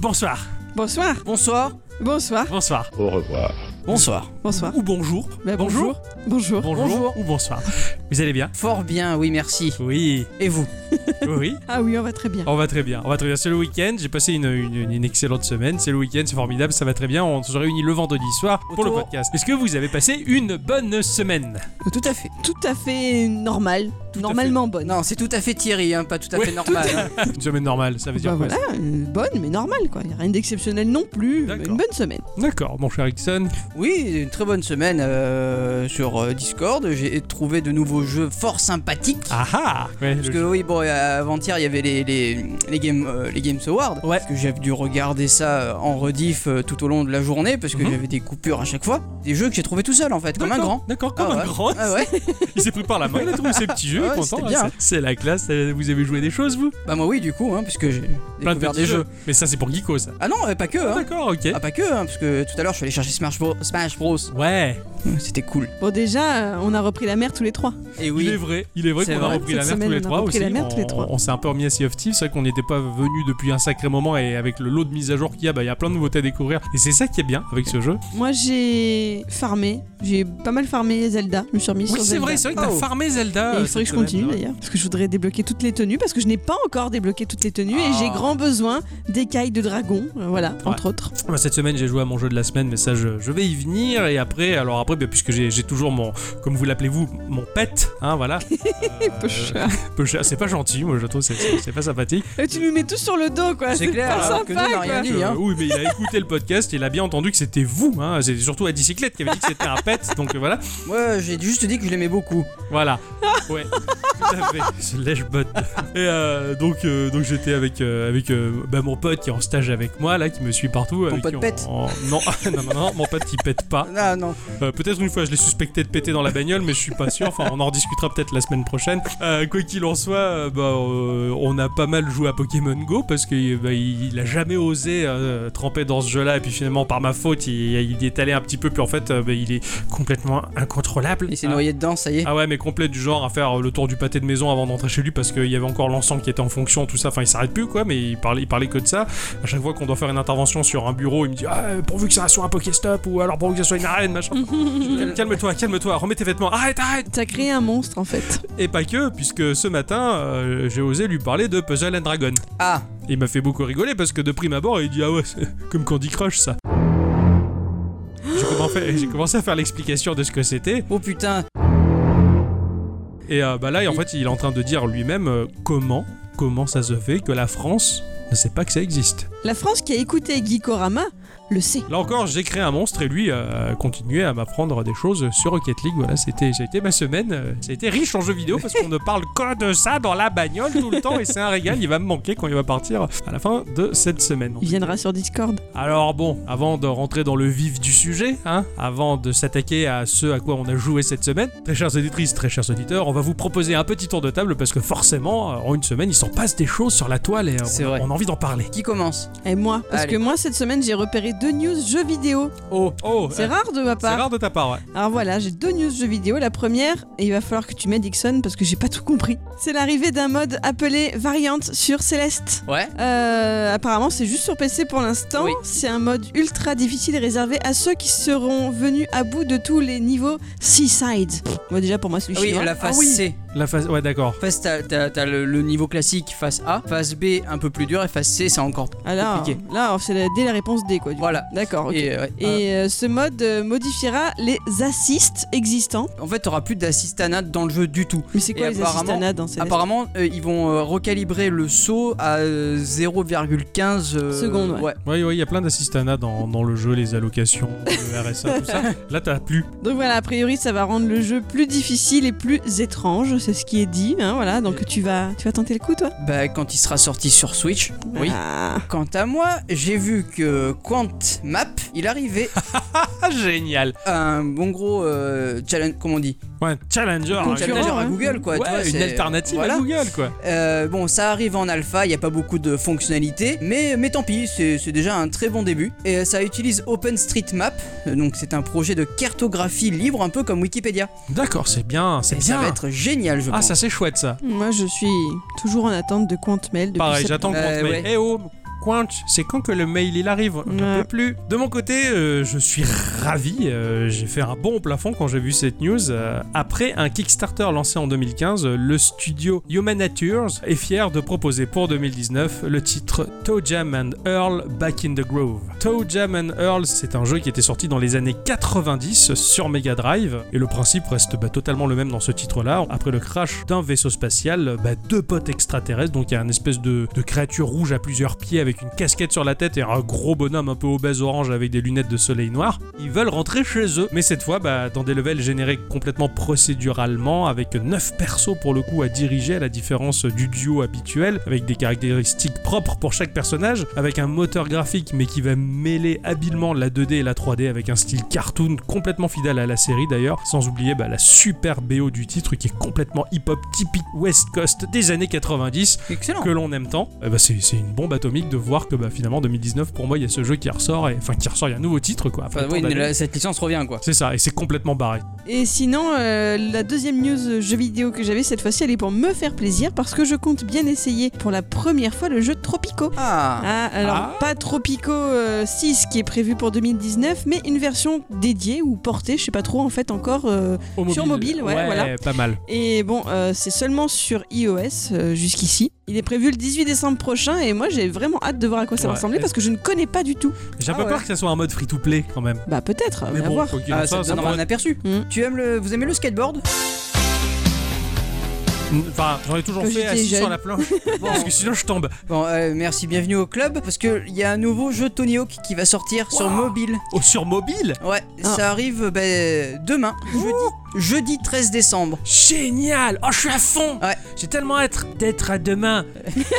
Bonsoir. Bonsoir. Bonsoir. Bonsoir. Bonsoir. Au revoir. Bonsoir. Bonsoir. Ou bonjour. Ben, bonjour. Bonjour. Bonjour. Bah, Bonjour. Ou bonsoir. Vous allez bien Fort bien, oui, merci. Oui. Et vous Oui. Ah oui, on va très bien. On va très bien. On va très bien. C'est le week-end. J'ai passé une, une- une excellente semaine. C'est le week-end. C'est formidable. Ça va très bien. On se réunit le vendredi soir pour le Autour. podcast. Est-ce que vous avez passé une bonne semaine Tout à fait. Tout à fait normal. normalement bonne. Non, c'est tout à fait Thierry, hein, pas tout à Oui, fait normal. hein. Une semaine normale. Ça veut dire Bah quoi voilà, euh, bonne mais normale quoi. Y a rien d'exceptionnel non plus. D'accord. Une bonne semaine. ça D'accord, mon cher Ixon. Oui, une très bonne semaine euh, sur euh, Discord. J'ai trouvé de nouveaux jeux fort sympathiques. Ah ah Ouais, Parce le- que oui, bon, euh, avant-hier, il y avait les, les, les, Game, euh, les Games Awards. Ouais. Parce que j'avais dû regarder ça euh, en rediff euh, tout au long de la journée, parce que Mhm. j'avais des coupures à chaque fois. Des jeux que j'ai trouvé tout seul, en fait, comme un D'accord, grand. D'accord, comme Ah un ouais. grand. Ah ouais Il s'est pris par la main, il a trouvé ses petits jeux, Ah il est ouais, content. c'était hein, bien. c'est- C'est la classe, euh, vous avez joué des choses, vous Bah moi oui, du coup, hein, puisque j'ai Plein de découvert petits des jeux. jeux. Mais ça, c'est pour Geeko, ça. Ah non, euh, pas que, Ah, hein. D'accord, ok. Ah pas que, hein, parce que tout à l'heure, je suis allé chercher Smash Bros. Smash Bros. Ouais, Ouais, C'était cool. Bon déjà, euh, on a repris la mer tous les trois. Et il est oui, vrai, il est vrai C'est qu'on a vrai. repris la Cette mer tous semaine, les on a trois repris aussi. la mer tous les On- trois. On s'est un peu remis à Sea of Thieves, c'est vrai qu'on n'était pas venu depuis un sacré moment et avec le lot de mises à jour qu'il y a, bah, il y a plein de nouveautés à découvrir. Et c'est ça qui est bien avec ce jeu. Moi j'ai farmé, j'ai pas mal farmé Zelda. Je me suis remis Oui, sur c'est Zelda. vrai, c'est vrai que t'as Oh. farmé Zelda. Et euh, il faudrait que je cette continue semaine, d'ailleurs, parce que je voudrais débloquer toutes les tenues, parce que je n'ai pas encore débloqué toutes les tenues Ah. et j'ai grand besoin d'écailles de dragon, euh, voilà, entre autres. Moi, Bah, cette semaine, j'ai joué à mon jeu de la semaine, mais ça, je, je vais y venir. Et après, alors après, bah, puisque j'ai j'ai toujours mon, comme vous l'appelez vous, mon pet, hein, voilà. Euh, Peu cher. peu cher. C'est pas gentil, moi, je trouve, c'est- c'est c'est pas sympathique. Et tu nous mets tous sur le dos quoi, c'est clair, pas alors que nous, on sympa, n'a rien quoi. dit. Euh, Hein. oui, mais il a écouté le podcast, et il a bien entendu que c'était vous, hein. C'est surtout à bicyclette qui avait dit que c'était un pet, donc euh, voilà. Moi, j'ai juste dit que je l'aimais beaucoup. Voilà. Ouais. Tout à fait. Je lèche botte. Et euh, donc, euh, donc j'étais avec, euh, avec euh, bah, mon pote qui est en stage avec moi, là, qui me suit partout. avec pote qui on- pète. on- Non, non, non, non, mon pote qui pète pas. Ah non. Euh, peut-être une fois je l'ai suspecté de péter dans la bagnole, mais je suis pas sûr. Enfin, on en rediscutera peut-être la semaine prochaine. Euh, quoi qu'il en soit, euh, bah, euh, on a pas mal joué à Pokémon Go parce qu'il il a jamais osé euh, tremper dans ce jeu-là. Et puis finalement, par ma faute, il, il y est allé un petit peu. Puis en fait, euh, bah, il est complètement incontrôlable. Il s'est Ah. noyé dedans, ça y est. Ah ouais, mais complet du genre à faire euh, le tour du pâté de maison avant d'entrer chez lui parce qu'il y avait encore l'ensemble qui était en fonction, tout ça. Enfin, il s'arrête plus quoi, mais il parlait, il parlait que de ça. À chaque fois qu'on doit faire une intervention sur un bureau, il me dit ah, pourvu que ça soit un Pokéstop ou alors pourvu que ça soit une arène, machin. Calme- calme-toi, calme-toi, remets tes vêtements, arrête, arrête. T'as créé un monstre en fait. Et pas que, puisque ce matin, euh, j'ai osé lui parler de Puzzle and Dragon. Ah, Et il m'a fait beaucoup rigoler parce que de prime abord, il dit Ah ouais, c'est comme Candy Crush ça. J'ai commencé- J'ai commencé à faire l'explication de ce que c'était. oh putain. Et euh, bah là, en fait, il est en train de dire lui-même euh, comment, comment ça se fait que la France ne sait pas que ça existe. La France qui a écouté Geekorama le sait. Là encore, j'ai créé un monstre et lui euh, continuait à m'apprendre des choses sur Rocket League. Voilà, c'était, ça a été ma semaine. euh, Ça a été riche en jeux vidéo parce qu'on ne parle que de ça dans la bagnole tout le temps et c'est un régal. Il va me manquer quand il va partir à la fin de cette semaine. Il viendra sur Discord. Alors bon, avant de rentrer dans le vif du sujet, hein, avant de s'attaquer à ce à quoi on a joué cette semaine, très chères auditrices, très chers auditeurs, on va vous proposer un petit tour de table parce que forcément, euh, en une semaine, il s'en passe des choses sur la toile et euh, C'est on, vrai. on a envie d'en parler. Qui commence Et moi, parce Allez. que moi cette semaine j'ai repéré deux news jeux vidéo. Oh, oh, C'est euh, rare de ma c'est part. rare de ta part, ouais. Alors voilà, j'ai deux news jeux vidéo. La première, et il va falloir que tu m'aides Dixon parce que j'ai pas tout compris. C'est l'arrivée d'un mode appelé Variant sur Céleste. Ouais. Euh, apparemment, c'est juste sur PC pour l'instant. Oui. C'est un mode ultra difficile et réservé à ceux qui seront venus à bout de tous les niveaux Seaside. Moi déjà pour moi celui oui, chinois. la phase Ah oui. C. La phase, ouais, d'accord. Phase, t'as, t'as- t'as le, le niveau classique, phase A. Phase B, un peu plus dur. Et phase C, c'est encore. Alors compliqué. Ah, là, c'est la- dès la réponse D quoi. du coup. Voilà. D'accord. ok. Et, ouais. Et euh, ce mode euh, modifiera les assists existants. En fait, t'auras plus d'assistanat dans le jeu du tout. Mais c'est quoi Et les apparemment- assistanades dans ces Apparemment, euh, ils vont euh, recalibrer le saut à euh, 0,15 euh, Secondes, ouais. Oui, oui, il y a plein d'assistanats dans, dans le jeu, les allocations, le RSA, tout ça. Là, t'as plus. Donc voilà, a priori, ça va rendre le jeu plus difficile et plus étrange, c'est ce qui est dit. hein, voilà, donc tu vas, tu vas tenter le coup, toi Bah, quand il sera sorti sur Switch. Oui. Ah. Quant à moi, j'ai vu que Quant Map, il arrivait Ah, génial. à un bon gros euh, challenge, comment on dit Ouais, challenger. hein, Concurrent, Challenger à hein. Google, quoi. Ouais, tu vois, une c'est- alternative voilà. à Google, quoi. Euh, bon, ça arrive en alpha, il n'y a pas beaucoup de fonctionnalités, mais, mais tant pis, c'est c'est déjà un très bon début. Et euh, ça utilise OpenStreetMap, euh, donc c'est un projet de cartographie libre, un peu comme Wikipédia. D'accord, c'est bien, c'est Et bien. ça va être génial, je Ah, pense. ça, c'est chouette, ça. Moi, je suis toujours en attente de Quantmail. depuis Pareil, septembre. j'attends qu'on Euh, te mette. ouais. Eh oh, quench, c'est quand que le mail il arrive On n'en Ouais. peut plus. De mon côté, euh, je suis ravi. euh, j'ai fait un bon plafond quand j'ai vu cette news. Euh, après un Kickstarter lancé en 2015, euh, le studio Human Natures est fier de proposer pour 2019 le titre Toe Jam and Earl Back in the Grove. Toe Jam and Earl, c'est un jeu qui était sorti dans les années 90 sur Mega Drive et le principe reste bah, totalement le même dans ce titre-là. Après le crash d'un vaisseau spatial, bah, deux potes extraterrestres, donc il y a une espèce de, de créature rouge à plusieurs pieds avec une casquette sur la tête et un gros bonhomme un peu obèse orange avec des lunettes de soleil noir, ils veulent rentrer chez eux. Mais cette fois, bah, dans des levels générés complètement procéduralement, avec 9 persos pour le coup à diriger, à la différence du duo habituel, avec des caractéristiques propres pour chaque personnage, avec un moteur graphique mais qui va mêler habilement la 2D et la 3D avec un style cartoon complètement fidèle à la série d'ailleurs, sans oublier bah, la super BO du titre qui est complètement hip-hop typique West Coast des années 90, Excellent. que l'on aime tant, eh ben, c'est c'est une bombe atomique de voir que bah, finalement 2019 pour moi il y a ce jeu qui ressort, et, enfin qui ressort, il y a un nouveau titre quoi. après Enfin, tant oui, mais d'années. là, cette licence revient quoi. C'est ça, et c'est complètement barré. Et sinon, euh, la deuxième news euh, jeu vidéo que j'avais cette fois-ci, elle est pour me faire plaisir parce que je compte bien essayer pour la première fois le jeu Tropico. Ah, Ah, alors Ah. pas Tropico euh, 6 qui est prévu pour 2019, mais une version dédiée ou portée, je sais pas trop en fait encore. euh. Au Sur mobile, ouais, voilà. Pas mal. Et bon, euh, c'est seulement sur iOS euh, jusqu'ici. Il est prévu le 18 décembre prochain et moi j'ai vraiment hâte de voir à quoi ça va Ouais. ressembler parce que je ne connais pas du tout. J'ai un Ah peu ouais. peur que ça soit un mode free to play quand même. Bah peut-être, on Mais va bon, voir. quoi qu'il en ah soit, ça te ça donnera pourrait- un aperçu. Hmm. Tu aimes le, vous aimez le skateboard Enfin, j'en ai toujours Quand fait j'étais assis sur jeune. la planche. Parce que sinon je tombe. Bon, euh, merci, bienvenue au club parce que il y a un nouveau jeu Tony Hawk qui va sortir sur Waouh. mobile. Oh, sur mobile Ouais, Ah. ça arrive ben, demain, jeudi, jeudi 13 décembre. Génial Oh, je suis à fond Ouais. J'ai tellement hâte d'être à demain.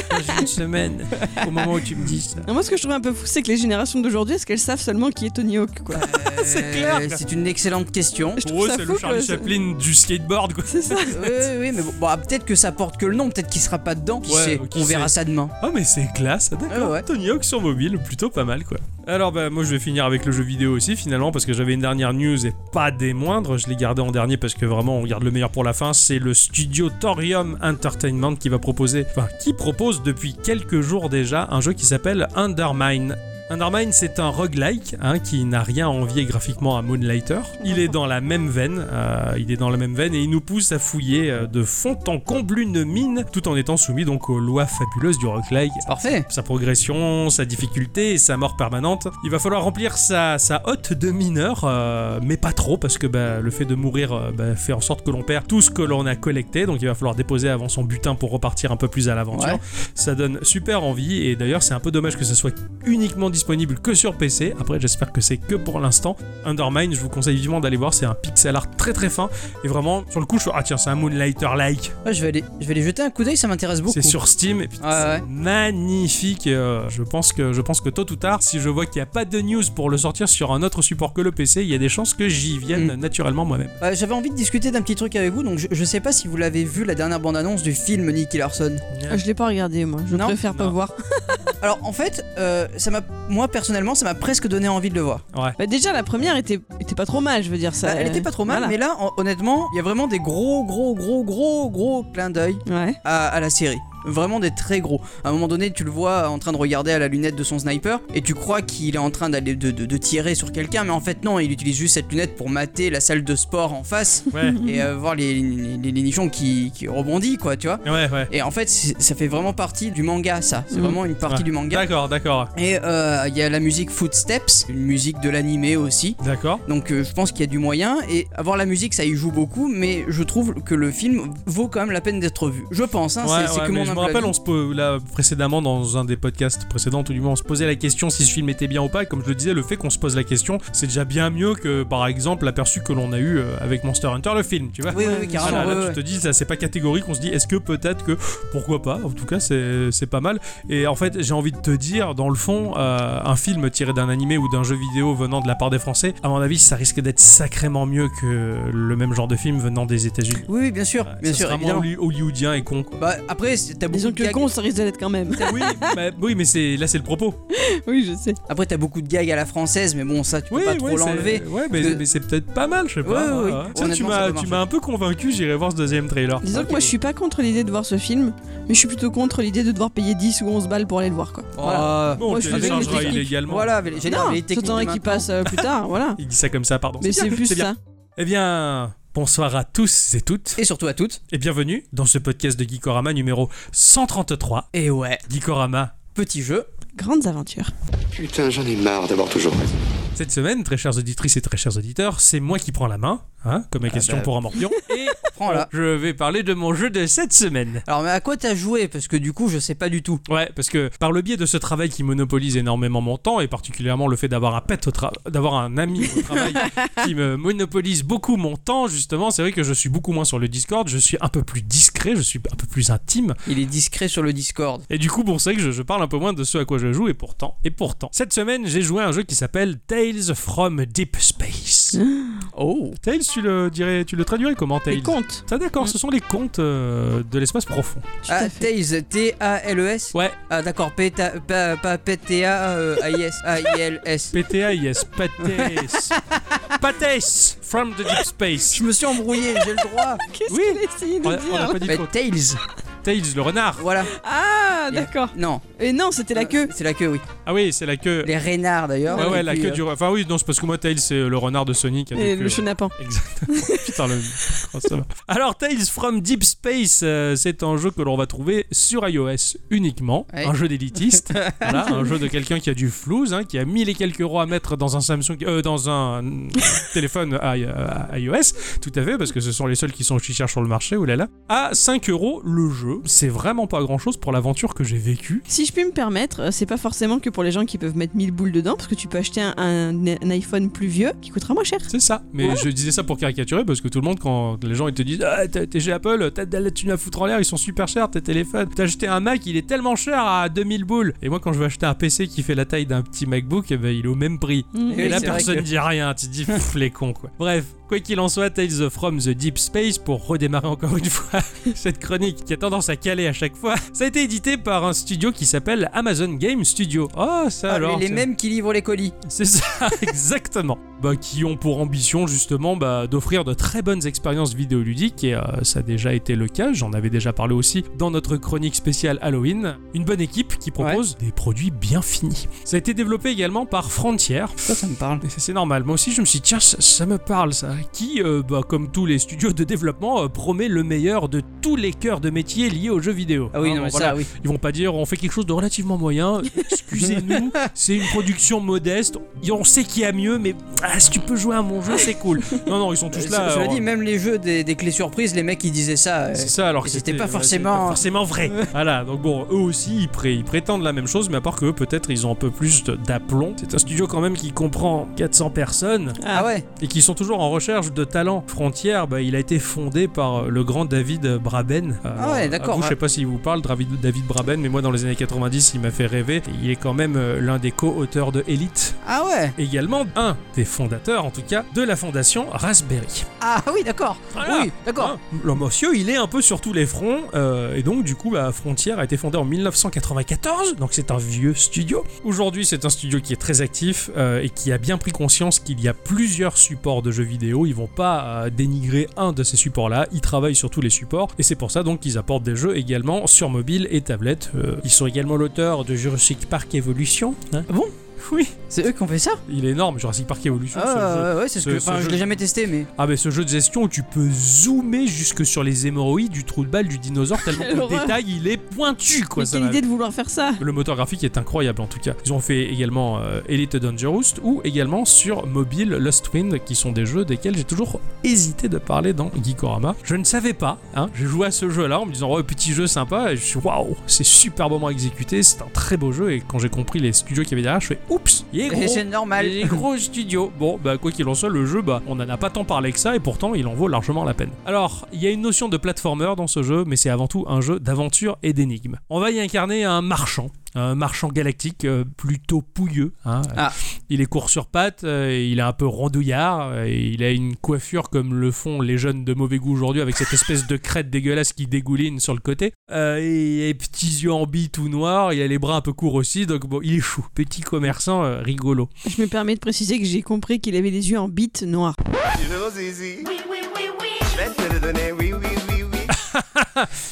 Dans une semaine, au moment où tu me dis ça. Non, moi ce que je trouve un peu fou, c'est que les générations d'aujourd'hui, est-ce qu'elles savent seulement qui est Tony Hawk quoi C'est Euh, clair. C'est une excellente question. Je trouve Pour eux, ça c'est fou, le Charlie quoi, ça. Chaplin du skateboard, quoi. C'est ça. oui, oui, oui, mais bon, bon, ah, peut-être que ça porte que le nom, peut-être qu'il sera pas dedans. Qui Ouais, sait qui On verra ça demain. Ah mais c'est classe, ah, d'accord. Ah ouais. Tony Hawk sur mobile, plutôt pas mal quoi. Alors bah moi je vais finir avec le jeu vidéo aussi finalement parce que j'avais une dernière news et pas des moindres, je l'ai gardé en dernier parce que vraiment on garde le meilleur pour la fin, c'est le studio Thorium Entertainment qui va proposer, enfin qui propose depuis quelques jours déjà un jeu qui s'appelle Undermine. Undermine, c'est un roguelike hein, qui n'a rien à envier graphiquement à Moonlighter. Il est dans la même veine, euh, il est dans la même veine et il nous pousse à fouiller euh, de fond en comble une mine tout en étant soumis donc aux lois fabuleuses du roguelike Parfait. sa progression, sa difficulté et sa mort permanente. Il va falloir remplir sa, sa hotte de mineur, euh, mais pas trop, parce que bah, le fait de mourir euh, bah, fait en sorte que l'on perd tout ce que l'on a collecté, donc il va falloir déposer avant son butin pour repartir un peu plus à l'aventure. Ouais. Ça donne super envie, et d'ailleurs c'est un peu dommage que ce soit uniquement disponible que sur PC, après j'espère que c'est que pour l'instant. Undermine, je vous conseille vivement d'aller voir, c'est un pixel art très très fin, et vraiment, sur le coup je suis, ah tiens c'est un Moonlighter-like, Ouais, je vais aller, je vais aller jeter un coup d'œil, ça m'intéresse beaucoup. c'est sur Steam et puis Ouais, c'est ouais. magnifique. euh, je pense que je pense que tôt ou tard, si je vois qu'il n'y a pas de news pour le sortir sur un autre support que le PC, il y a des chances que j'y vienne Mm. naturellement moi-même. Ouais, J'avais envie de discuter d'un petit truc avec vous, donc je, je sais pas si vous l'avez vu la dernière bande-annonce du film Nicky Larson. Ah, je l'ai pas regardé moi, je Non, préfère pas non. voir. Alors en fait, euh, ça m'a, moi personnellement, ça m'a presque donné envie de le voir. Bah déjà la première était, était pas trop mal, je veux dire ça. Bah, elle était pas trop mal, voilà. mais là, hon- honnêtement, il y a vraiment des gros, gros, gros, gros, gros clins d'œil Ouais. à, à la série. Vraiment des très gros. À un moment donné, tu le vois en train de regarder à la lunette de son sniper et tu crois qu'il est en train d'aller de, de- de tirer sur quelqu'un, mais en fait non, il utilise juste cette lunette pour mater la salle de sport en face Ouais, et euh, voir les, les, les- les nichons qui, qui rebondissent, quoi, tu vois. ouais, ouais. Et en fait, c'est- ça fait vraiment partie du manga, ça. C'est Mhm. vraiment une partie Ouais. du manga. D'accord, d'accord, Et euh, il y a la musique Footsteps, une musique de l'animé aussi. d'accord. Donc euh, je pense qu'il y a du moyen et avoir la musique ça y joue beaucoup mais je trouve que le film vaut quand même la peine d'être vu. Je pense hein, Ouais, c'est c'est ouais, que mais mon je me humble rappelle, avis. on se po- là, précédemment dans un des podcasts précédents, tout du moins, on se posait la question si ce film était bien ou pas. Et comme je le disais, le fait qu'on se pose la question, c'est déjà bien mieux que, par exemple, l'aperçu que l'on a eu euh, avec Monster Hunter, le film, tu vois. Oui, oui, oui, carrément. Voilà, Ah là, ouais, tu ouais. te dis, ça c'est pas catégorique. On se dit, est-ce que peut-être que pourquoi pas En tout cas, c'est c'est pas mal. Et en fait, j'ai envie de te dire, dans le fond, euh, un film tiré d'un animé ou d'un jeu vidéo venant de la part des Français, à mon avis, ça risque d'être sacrément mieux que le même genre de film venant des États-Unis. Oui, oui, bien sûr, Ouais, bien ça sûr, sera évidemment. moins holly- hollywoodien et con. quoi. Bah après c'est- t'as beaucoup Disons de que gags. con, ça risque de l'être quand même. oui, bah, oui, mais c'est là c'est le propos. oui, je sais. Après t'as beaucoup de gags à la française mais bon ça tu peux oui, pas trop oui, c'est- l'enlever. Ouais, mais, Parce que- mais c'est peut-être pas mal, je sais pas. Ouais, ouais, hein. ouais. Tiens, tu Honnêtement, ça m'as peut tu marcher. m'as un peu convaincu. J'irai voir ce deuxième trailer. Disons Ok. que moi je suis pas contre l'idée de voir ce film, Mais je suis plutôt contre l'idée de devoir payer 10 ou 11 balles pour aller le voir, quoi. Voilà. Ah. Bon, Moi, tu je les faisais mes chargeras techniques. illégalement. Voilà, mais j'ai Non, les techniques j'attendrai de qu'il maintenant. passe euh, plus tard, voilà. Il dit ça comme ça, pardon. Mais bien, c'est plus bien. ça. Eh bien, bonsoir à tous et toutes. Et surtout à toutes. Et bienvenue dans ce podcast de Geekorama numéro 133. Et ouais, Geekorama. petit jeu. Grandes aventures. Putain, j'en ai marre d'avoir toujours raison. Cette semaine, très chères auditrices et très chers auditeurs, c'est moi qui prends la main, hein, comme ma question bah. pour un morpion. et Prends-la. je vais parler de mon jeu de cette semaine. Alors, mais à quoi t'as joué Parce que du coup, je sais pas du tout. Ouais, parce que par le biais de ce travail qui monopolise énormément mon temps, et particulièrement le fait d'avoir un pet au tra- d'avoir un ami au travail qui me monopolise beaucoup mon temps, justement, c'est vrai que je suis beaucoup moins sur le Discord, je suis un peu plus discret, je suis un peu plus intime, Il est discret sur le Discord. et du coup, bon, c'est vrai que je, je parle un peu moins de ce à quoi je joue, et pourtant, et pourtant. Cette semaine, j'ai joué à un jeu qui s'appelle Tales from Deep Space. Oh Tales, tu le dirais, tu le traduirais comment Les Tales comptes. Ah, d'accord, ce sont les contes euh, de l'espace profond. Tout Ah, à fait. Tails, T-A-L-E-S Ouais, Ah, d'accord, P-T-A- pas pas P-T-A-I-S, A-I-L-S. PTA, yes, Pates. Pates from the deep space. Je me suis embrouillé, j'ai le droit. Qu'est-ce Oui. qu'il essaye de On a, on a dire pas dit Mais trop. Tails, Tails, le renard. voilà. Ah, Yeah. d'accord. Non. Euh, Et non, c'était la queue. C'est la queue, oui. Ah oui, c'est la queue. Les renards, d'ailleurs. Ouais, Et ouais, la puis, queue euh, du. Enfin, oui, non, c'est parce que moi, Tails, c'est le renard de Sonic. avec, Et euh, le chenapan. Exactement. Putain, le. Oh, ça va. Alors, Tales from Deep Space, euh, c'est un jeu que l'on va trouver sur iOS uniquement. Ouais. Un jeu d'élitiste. voilà, un jeu de quelqu'un qui a du flouze, hein, qui a mis les quelques euros à mettre dans un Samsung. euh, dans un téléphone à, à iOS. Tout à fait, parce que ce sont les seuls qui sont aussi chers sur le marché, oulala. À 5 euros le jeu. C'est vraiment pas grand chose pour l'aventure que j'ai vécue. Si je puis me permettre, euh, c'est pas forcément que pour les gens qui peuvent mettre 1000 boules dedans, parce que tu peux acheter un, un- un iPhone plus vieux qui coûtera moins cher. C'est ça. Mais je disais ça pour caricaturer parce que tout le monde, quand les gens ils te disent ah, t'es t'es chez Apple, t'as de la thune à foutre en l'air, ils sont super chers tes téléphones. T'as acheté un Mac, il est tellement cher à 2000 boules. Et moi, quand je vais acheter un PC qui fait la taille d'un petit MacBook, eh ben, il est au même prix. Mm. Et Et Oui, là, c'est vrai personne que- dit rien. Tu te dis pff, les cons quoi. Bref, quoi qu'il en soit, Tales from the Deep Space pour redémarrer encore une fois cette chronique qui a tendance à caler à chaque fois. Ça a été édité par un studio qui s'appelle Amazon Game Studio. Oh, ça ah, alors. mais les ça- mêmes qui livrent les colis. c'est ça, exactement. Bah, qui ont pour ambition justement bah, d'offrir de très bonnes expériences vidéoludiques et euh, ça a déjà été le cas. J'en avais déjà parlé aussi dans notre chronique spéciale Halloween. Une bonne équipe qui propose des produits bien finis. Ça a été développé également par Frontier. Ça, ça me parle. Et c'est- C'est normal. Moi aussi, je me suis dit, tiens, ça, ça me parle, ça. Qui, euh, bah, comme tous les studios de développement, euh, promet le meilleur de tous les cœurs de métier liés aux jeux vidéo. Ah oui, Hein, non, mais voilà. ça, oui. Ils vont pas dire on fait quelque chose de relativement moyen. Excusez-nous, c'est une production modeste. Et On sait qui a mieux, mais ah, si tu peux jouer à mon jeu, c'est cool. Non, non, ils sont tous Je- là. Euh, je l'ai alors, dit, même les jeux des, des clés surprises, les mecs ils disaient ça. euh, C'est ça, alors que Et c'était pas ouais, forcément- pas forcément vrai. voilà, donc bon, eux aussi, ils, pré- ils prétendent la même chose, mais à part que eux, peut-être, ils ont un peu plus de- d'aplomb. C'est un studio quand même qui comprend 400 personnes Ah ouais et qui sont toujours en recherche de talents. Frontière, bah, il a été fondé par euh, le grand David Braben. Euh, Ah ouais, alors, d'accord. à Vous, je sais pas s'il vous parle, David, David Braben, mais moi dans les années 90, il m'a fait rêver. Il est quand même euh, l'un des co-auteurs de Elite. Ah ouais Également un des fondateurs, en tout cas, de la fondation Raspberry. Ah oui, d'accord Voilà. Oui, d'accord Hein, le monsieur, il est un peu sur tous les fronts. euh, et donc, du coup, bah, Frontière a été fondée en 1994. Donc, c'est un vieux studio. Aujourd'hui, c'est un studio qui est très actif euh, et qui a bien pris conscience qu'il y a plusieurs supports de jeux vidéo. Ils vont pas euh, dénigrer un de ces supports-là. Ils travaillent sur tous les supports. Et c'est pour ça, donc, qu'ils apportent des jeux également sur mobile et tablette. Euh, ils sont également l'auteur de Jurassic Park Evolution. hein. Ah bon Oui, C'est eux qui ont fait ça il est énorme, Jurassic Park Evolution. ce jeu. Ah ouais, ouais, c'est ce ce- que. ce Enfin, je jeu- l'ai jamais testé, mais. Ah mais ce jeu de gestion où tu peux zoomer jusque sur les hémorroïdes du trou de balle du dinosaure tellement que Quelle le horreur. détail il est pointu quoi Mais ça quelle m'a- idée de vouloir faire ça le moteur graphique est incroyable en tout cas. Ils ont fait également euh, Elite Dangerous ou également sur mobile Lost Wind qui sont des jeux desquels j'ai toujours hésité de parler dans Geekorama. Je ne savais pas, hein, j'ai joué à ce jeu là en me disant ouais petit jeu sympa et je suis waouh c'est superbement exécuté, c'est un très beau jeu et quand j'ai compris les studios qu'il y avait derrière je fais oups il est gros Et c'est normal. les gros studios. Bon, bah quoi qu'il en soit, le jeu, bah, on en a pas tant parlé que ça, et pourtant, il en vaut largement la peine. Alors, il y a une notion de platformer dans ce jeu, mais c'est avant tout un jeu d'aventure et d'énigmes. On va y incarner un marchand. Un marchand galactique euh, plutôt pouilleux. hein. Ah. Il est court sur pattes, euh, il est un peu rondouillard, euh, et il a une coiffure comme le font les jeunes de mauvais goût aujourd'hui, avec cette espèce de crête dégueulasse qui dégouline sur le côté. Euh, et il a les petits yeux en bille tout noirs, il a les bras un peu courts aussi, donc bon, il est chou. Petit commerçant euh, rigolo. Je me permets de préciser que j'ai compris qu'il avait les yeux en bite noire. Je vais te le donner, oui, oui, oui, oui.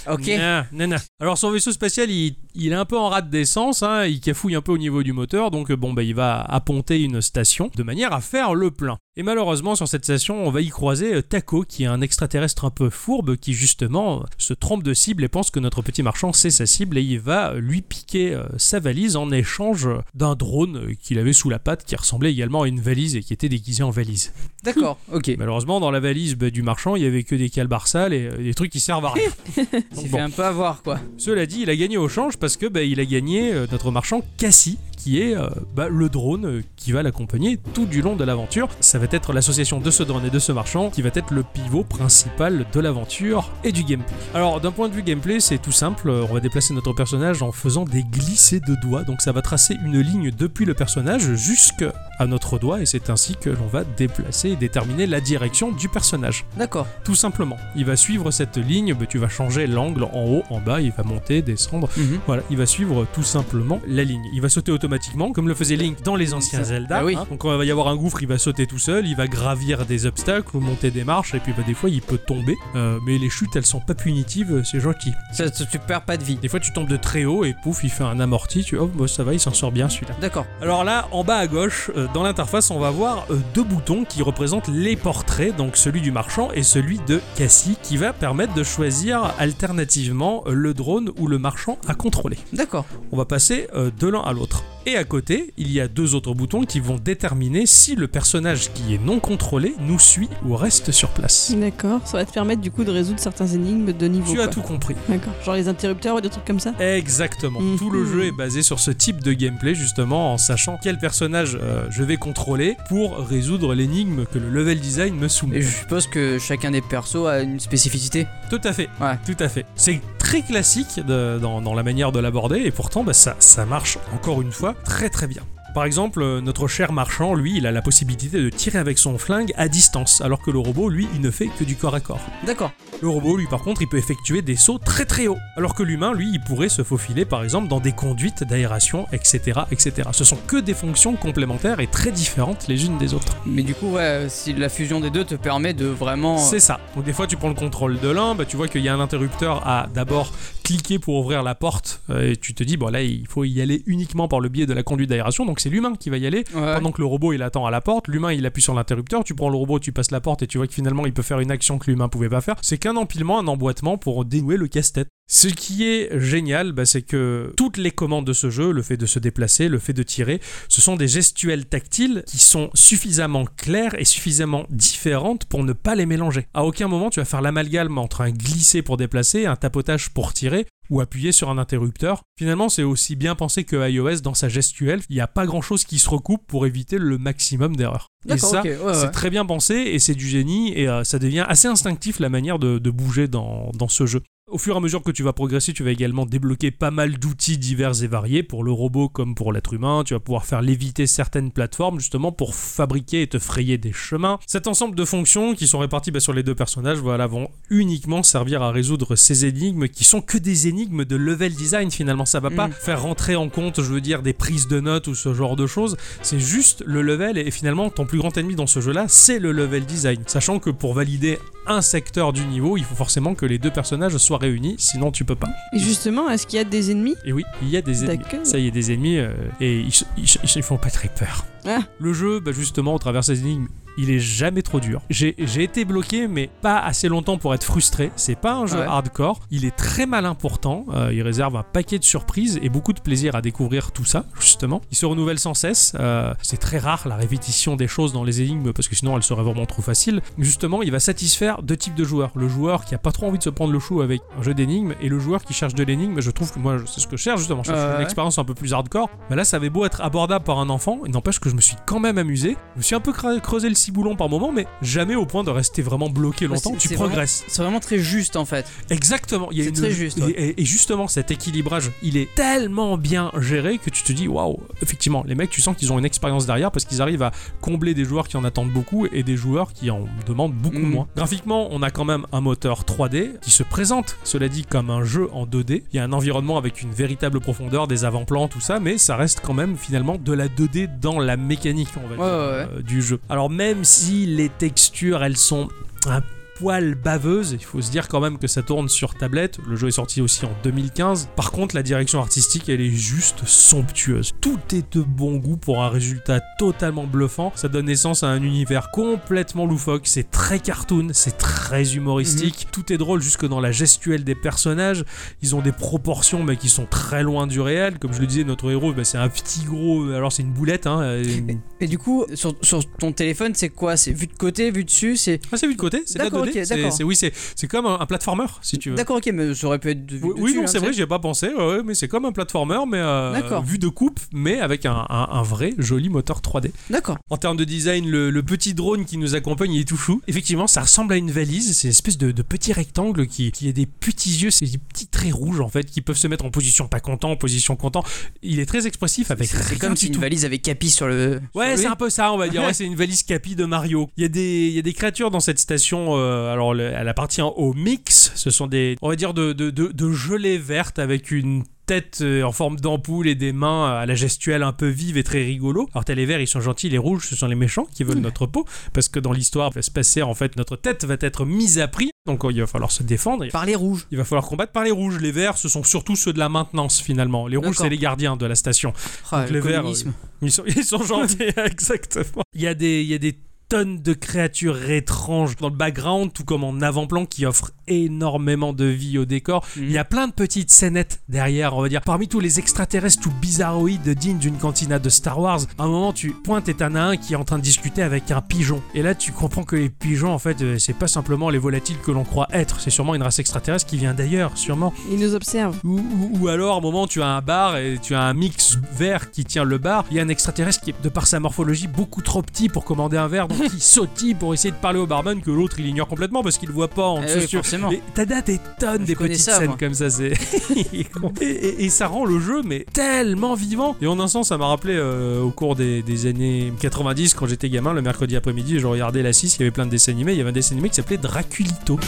Ok. Nah, nah, nah. Alors son vaisseau spatial, il, il est un peu en rate d'essence, hein, il cafouille un peu au niveau du moteur, donc euh, bon bah il va apponter une station de manière à faire le plein. Et malheureusement sur cette station, on va y croiser euh, Taco, qui est un extraterrestre un peu fourbe, qui justement euh, se trompe de cible et pense que notre petit marchand c'est sa cible et il va euh, lui piquer euh, sa valise en échange euh, d'un drone euh, qu'il avait sous la patte qui ressemblait également à une valise et qui était déguisé en valise. D'accord. Ok. Et malheureusement, dans la valise bah, du marchand, il y avait que des calbars sales et euh, des trucs qui servent à rien. Il Donc s'est bon. fait un peu avoir quoi. Cela dit, il a gagné au change parce que bah, il a gagné euh, notre marchand Cassie, qui est euh, bah, le drone euh, qui va l'accompagner tout du long de l'aventure. Ça va être l'association de ce drone et de ce marchand qui va être le pivot principal de l'aventure et du gameplay. Alors, d'un point de vue gameplay, c'est tout simple. Euh, On va déplacer notre personnage en faisant des glissés de doigts. Donc, ça va tracer une ligne depuis le personnage jusqu'à notre doigt et c'est ainsi que l'on va déplacer et déterminer la direction du personnage D'accord. tout simplement. Il va suivre cette ligne, bah, tu vas changer l'angle en haut, en bas, il va monter, descendre. Mhm. Voilà, il va suivre tout simplement la ligne. Il va sauter automatiquement, comme le faisait Link dans les anciens Ça- Zelda. Ah oui. hein. Donc quand il va y avoir un gouffre, il va sauter tout seul, il va gravir des obstacles ou monter des marches, et puis bah, des fois il peut tomber. Euh, mais les chutes, elles sont pas punitives, c'est gentil. Ça, tu tu perds pas de vie. Des fois tu tombes de très haut et pouf, il fait un amorti, tu oh bah, ça va, il s'en sort bien celui-là. D'accord. Alors là, en bas à gauche, euh, dans l'interface, on va voir euh, deux boutons qui représentent les portraits, donc celui du marchand et celui de Cassie, qui va permettre de choisir alternativement euh, le drone ou le marchand à contrôler. D'accord. On va passer euh, de l'un à l'autre. Et à côté, il y a deux autres boutons qui vont déterminer si le personnage qui est non contrôlé nous suit ou reste sur place. D'accord, ça va te permettre du coup de résoudre certains énigmes de niveau. Tu as quoi. tout compris. D'accord, genre les interrupteurs ou des trucs comme ça. Exactement. Mhm. Tout le jeu est basé sur ce type de gameplay, justement, en sachant quel personnage euh, je vais contrôler pour résoudre l'énigme que le level design me soumet. Et je suppose que chacun des persos a une spécificité. Tout à fait. Ouais. Tout à fait. C'est très classique de- dans, dans la manière de l'aborder, et pourtant, bah, ça, ça marche encore une fois très très bien. Par exemple, euh, notre cher marchand, lui, il a la possibilité de tirer avec son flingue à distance, alors que le robot, lui, il ne fait que du corps à corps. D'accord. Le robot, lui, par contre, il peut effectuer des sauts très très hauts, alors que l'humain, lui, il pourrait se faufiler, par exemple, dans des conduites d'aération, etc., etc. Ce sont que des fonctions complémentaires et très différentes les unes des autres. Mais du coup, ouais, si la fusion des deux te permet de vraiment. C'est ça. Donc des fois, tu prends le contrôle de l'un, bah, tu vois qu'il y a un interrupteur à d'abord cliquer pour ouvrir la porte, euh, et tu te dis, bon là, il faut y aller uniquement par le biais de la conduite d'aération, donc c'est l'humain qui va y aller. Ouais. Pendant que le robot il attend à la porte, l'humain il appuie sur l'interrupteur, tu prends le robot, tu passes la porte et tu vois que finalement il peut faire une action que l'humain pouvait pas faire. C'est qu'un empilement, un emboîtement pour dénouer le casse-tête. Ce qui est génial, bah, c'est que toutes les commandes de ce jeu, le fait de se déplacer, le fait de tirer, ce sont des gestuelles tactiles qui sont suffisamment claires et suffisamment différentes pour ne pas les mélanger. À aucun moment tu vas faire l'amalgame entre un glisser pour déplacer, un tapotage pour tirer ou appuyer sur un interrupteur. Finalement, c'est aussi bien pensé que iOS dans sa gestuelle. Il n'y a pas grand chose qui se recoupe pour éviter le maximum d'erreurs. Et D'accord, ça, ok, ouais, ouais. c'est très bien pensé et c'est du génie et euh, ça devient assez instinctif la manière de, de bouger dans, dans ce jeu. Au fur et à mesure que tu vas progresser, tu vas également débloquer pas mal d'outils divers et variés pour le robot comme pour l'être humain. Tu vas pouvoir faire léviter certaines plateformes justement pour fabriquer et te frayer des chemins. Cet ensemble de fonctions qui sont réparties bah, sur les deux personnages voilà, vont uniquement servir à résoudre ces énigmes qui sont que des énigmes de level design finalement. Ça va pas Mm. faire rentrer en compte, je veux dire, des prises de notes ou ce genre de choses. C'est juste le level et finalement ton plus grand ennemi dans ce jeu-là, c'est le level design. Sachant que pour valider un secteur du niveau, il faut forcément que les deux personnages soient réunis, sinon tu peux pas. Et justement, est-ce qu'il y a des ennemis Et oui, il y a des ennemis. D'accord. Ça, il y a des ennemis euh, et ils, ils- ils- ils font pas très peur. Ah. Le jeu, bah, justement, au travers de ces énigmes, il est jamais trop dur. J'ai j'ai été bloqué, mais pas assez longtemps pour être frustré. C'est pas un jeu Ouais. hardcore. Il est très malin pourtant. Euh, il réserve un paquet de surprises et beaucoup de plaisir à découvrir tout ça, justement. Il se renouvelle sans cesse. Euh, C'est très rare la répétition des choses dans les énigmes parce que sinon elles seraient vraiment trop faciles. Justement, il va satisfaire deux types de joueurs. Le joueur qui a pas trop envie de se prendre le chou avec un jeu d'énigmes et le joueur qui cherche de l'énigme. Je trouve que moi, c'est ce que je cherche justement. Je cherche Ouais, une ouais. expérience un peu plus hardcore. Bah là, ça avait beau être abordable par un enfant, il n'empêche que je me suis quand même amusé. Je me suis un peu cra- creusé le ciboulon par moment, mais jamais au point de rester vraiment bloqué Ouais, longtemps. c'est- Tu c'est progresses. C'est vraiment très juste en fait. Exactement. Il y a C'est une- très juste, ouais. Et, et- et justement, cet équilibrage, il est tellement bien géré que tu te dis, waouh, effectivement, les mecs, tu sens qu'ils ont une expérience derrière parce qu'ils arrivent à combler des joueurs qui en attendent beaucoup et des joueurs qui en demandent beaucoup Mhm. moins. Graphiquement, on a quand même un moteur 3D qui se présente, cela dit, comme un jeu en 2D. Il y a un environnement avec une véritable profondeur, des avant-plans, tout ça, mais ça reste quand même finalement de la 2D dans la mécanique, on va dire, Ouais, ouais, ouais. euh, du jeu. Alors même si les textures, elles sont un poil baveuse. Il faut se dire quand même que ça tourne sur tablette. Le jeu est sorti aussi en 2015. Par contre, la direction artistique, elle est juste somptueuse. Tout est de bon goût pour un résultat totalement bluffant. Ça donne naissance à un univers complètement loufoque. C'est très cartoon, c'est très humoristique. Mhm. Tout est drôle jusque dans la gestuelle des personnages. Ils ont des proportions mais qui sont très loin du réel. Comme je le disais, notre héros, bah, c'est un petit gros. Alors c'est une boulette. Hein, euh, une- Et du coup, sur, sur ton téléphone, c'est quoi C'est vu de côté, vu dessus C'est. Ah, c'est vu de côté, c'est de la Eh, D'accord, 2D. ok, c'est, d'accord. c'est- oui, c'est, c'est comme un, un platformer, si tu veux. D'accord, ok, mais ça aurait pu être. de- vu Oui, oui, dessus, non, hein, c'est vrai, j'y ai pas pensé, ouais, ouais, mais c'est comme un platformer, mais euh, D'accord. vu de coupe, mais avec un, un- un vrai joli moteur 3D. D'accord. En termes de design, le, le petit drone qui nous accompagne, il est tout chou. Effectivement, ça ressemble à une valise, c'est une espèce de, de petit rectangle qui, qui a des petits yeux, c'est des petits traits rouges en fait, qui peuvent se mettre en position pas content, en position content. Il est très expressif avec C'est rien comme du si une tout. valise avait capi sur le. Ouais, c'est un peu ça, on va dire. Ouais, c'est une valise capi de Mario. Il y a des, il y a des créatures dans cette station. euh, alors, le- elle appartient au mix. Ce sont des, on va dire, de, de, de, de gelées vertes avec une tête euh, en forme d'ampoule et des mains euh, à la gestuelle un peu vive et très rigolo. Alors t'as les verts, ils sont gentils, les rouges, ce sont les méchants qui veulent notre peau, parce que dans l'histoire va se passer, en fait, notre tête va être mise à prix, donc euh, il va falloir se défendre, Par les rouges. il va falloir combattre par les rouges. Les verts, ce sont surtout ceux de la maintenance finalement. Les rouges, D'accord. c'est les gardiens de la station. Ah, Donc le les verts, communisme. Ils sont, ils sont gentils, exactement. Il y a des, il y a des tonnes de créatures étranges dans le background, tout comme en avant-plan, qui offrent énormément de vie au décor. Mhm. Il y a plein de petites scénettes derrière, on va dire. Parmi tous les extraterrestres tout bizarroïdes dignes d'une cantina de Star Wars, à un moment, tu pointes et t'en as un qui est en train de discuter avec un pigeon. Et là, tu comprends que les pigeons, en fait, euh, c'est pas simplement les volatiles que l'on croit être. C'est sûrement une race extraterrestre qui vient d'ailleurs, sûrement. Il nous observe. Ou, ou- ou alors, au moment, tu as un bar et tu as un mix vert qui tient le bar. Il y a un extraterrestre qui est, de par sa morphologie, beaucoup trop petit pour commander un verre, donc il sautille pour essayer de parler au barman que l'autre il ignore complètement parce qu'il le voit pas en Eh dessous. oui, forcément. Mais t'as t'as des tonnes Je des connais petites ça, scènes moi. comme ça, c'est. et, et- et ça rend le jeu, mais tellement vivant. Et en un sens, ça m'a rappelé euh, au cours des, des années 90, quand j'étais gamin, le mercredi après-midi, je regardais la 6, il y avait plein de dessins animés. Il y avait un dessin animé qui s'appelait Draculito.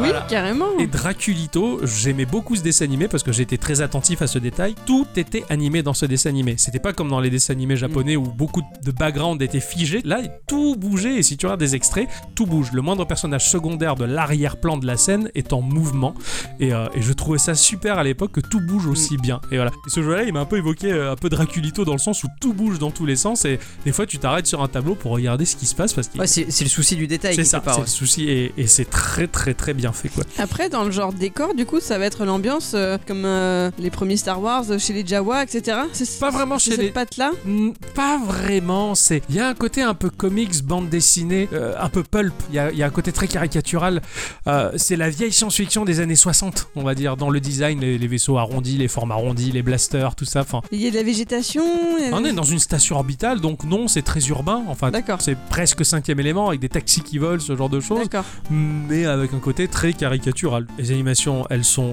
Oui, carrément. Oh Et Draculito, j'aimais beaucoup ce dessin animé parce que j'étais très attentif à ce détail. Tout était animé dans ce dessin animé. C'était pas comme dans les dessins animés japonais où beaucoup de background était figé. Là, tout bougeait et si tu regardes des extraits, tout bouge. Le moindre personnage secondaire de l'arrière-plan de la scène est en mouvement. Et, euh, et je trouvais ça super à l'époque que tout bouge aussi Mm. bien. Et voilà. Et ce jeu-là, il m'a un peu évoqué euh, un peu Draculito dans le sens où tout bouge dans tous les sens et des fois tu t'arrêtes sur un tableau pour regarder ce qui se passe parce que Ouais, c'est c'est le souci du détail. euh, c'est quelque ça, part, c'est ouais. le souci et, et c'est très très très bien fait quoi. Après, dans le genre décor, du coup, ça va être l'ambiance euh, comme euh, les premiers Star Wars euh, chez les Jawa, etc. C'est Pas vraiment c'est chez cette les- patte-là. Mm, Pas vraiment, c'est. Il y a un côté un peu comics, bande dessinée, euh, un peu pulp, il y a, il y a un côté très caricatural. Euh, c'est la vieille science-fiction des années 60, on va dire, dans le design, les, les vaisseaux arrondis, les formes arrondies, les blasters, tout ça. Enfin, Il y a de la végétation. euh, on est dans une station orbitale, donc non, c'est très urbain, enfin. D'accord. C'est presque cinquième élément avec des taxis qui volent, ce genre de choses D'accord. mais avec un côté très caricatural. Les animations, elles sont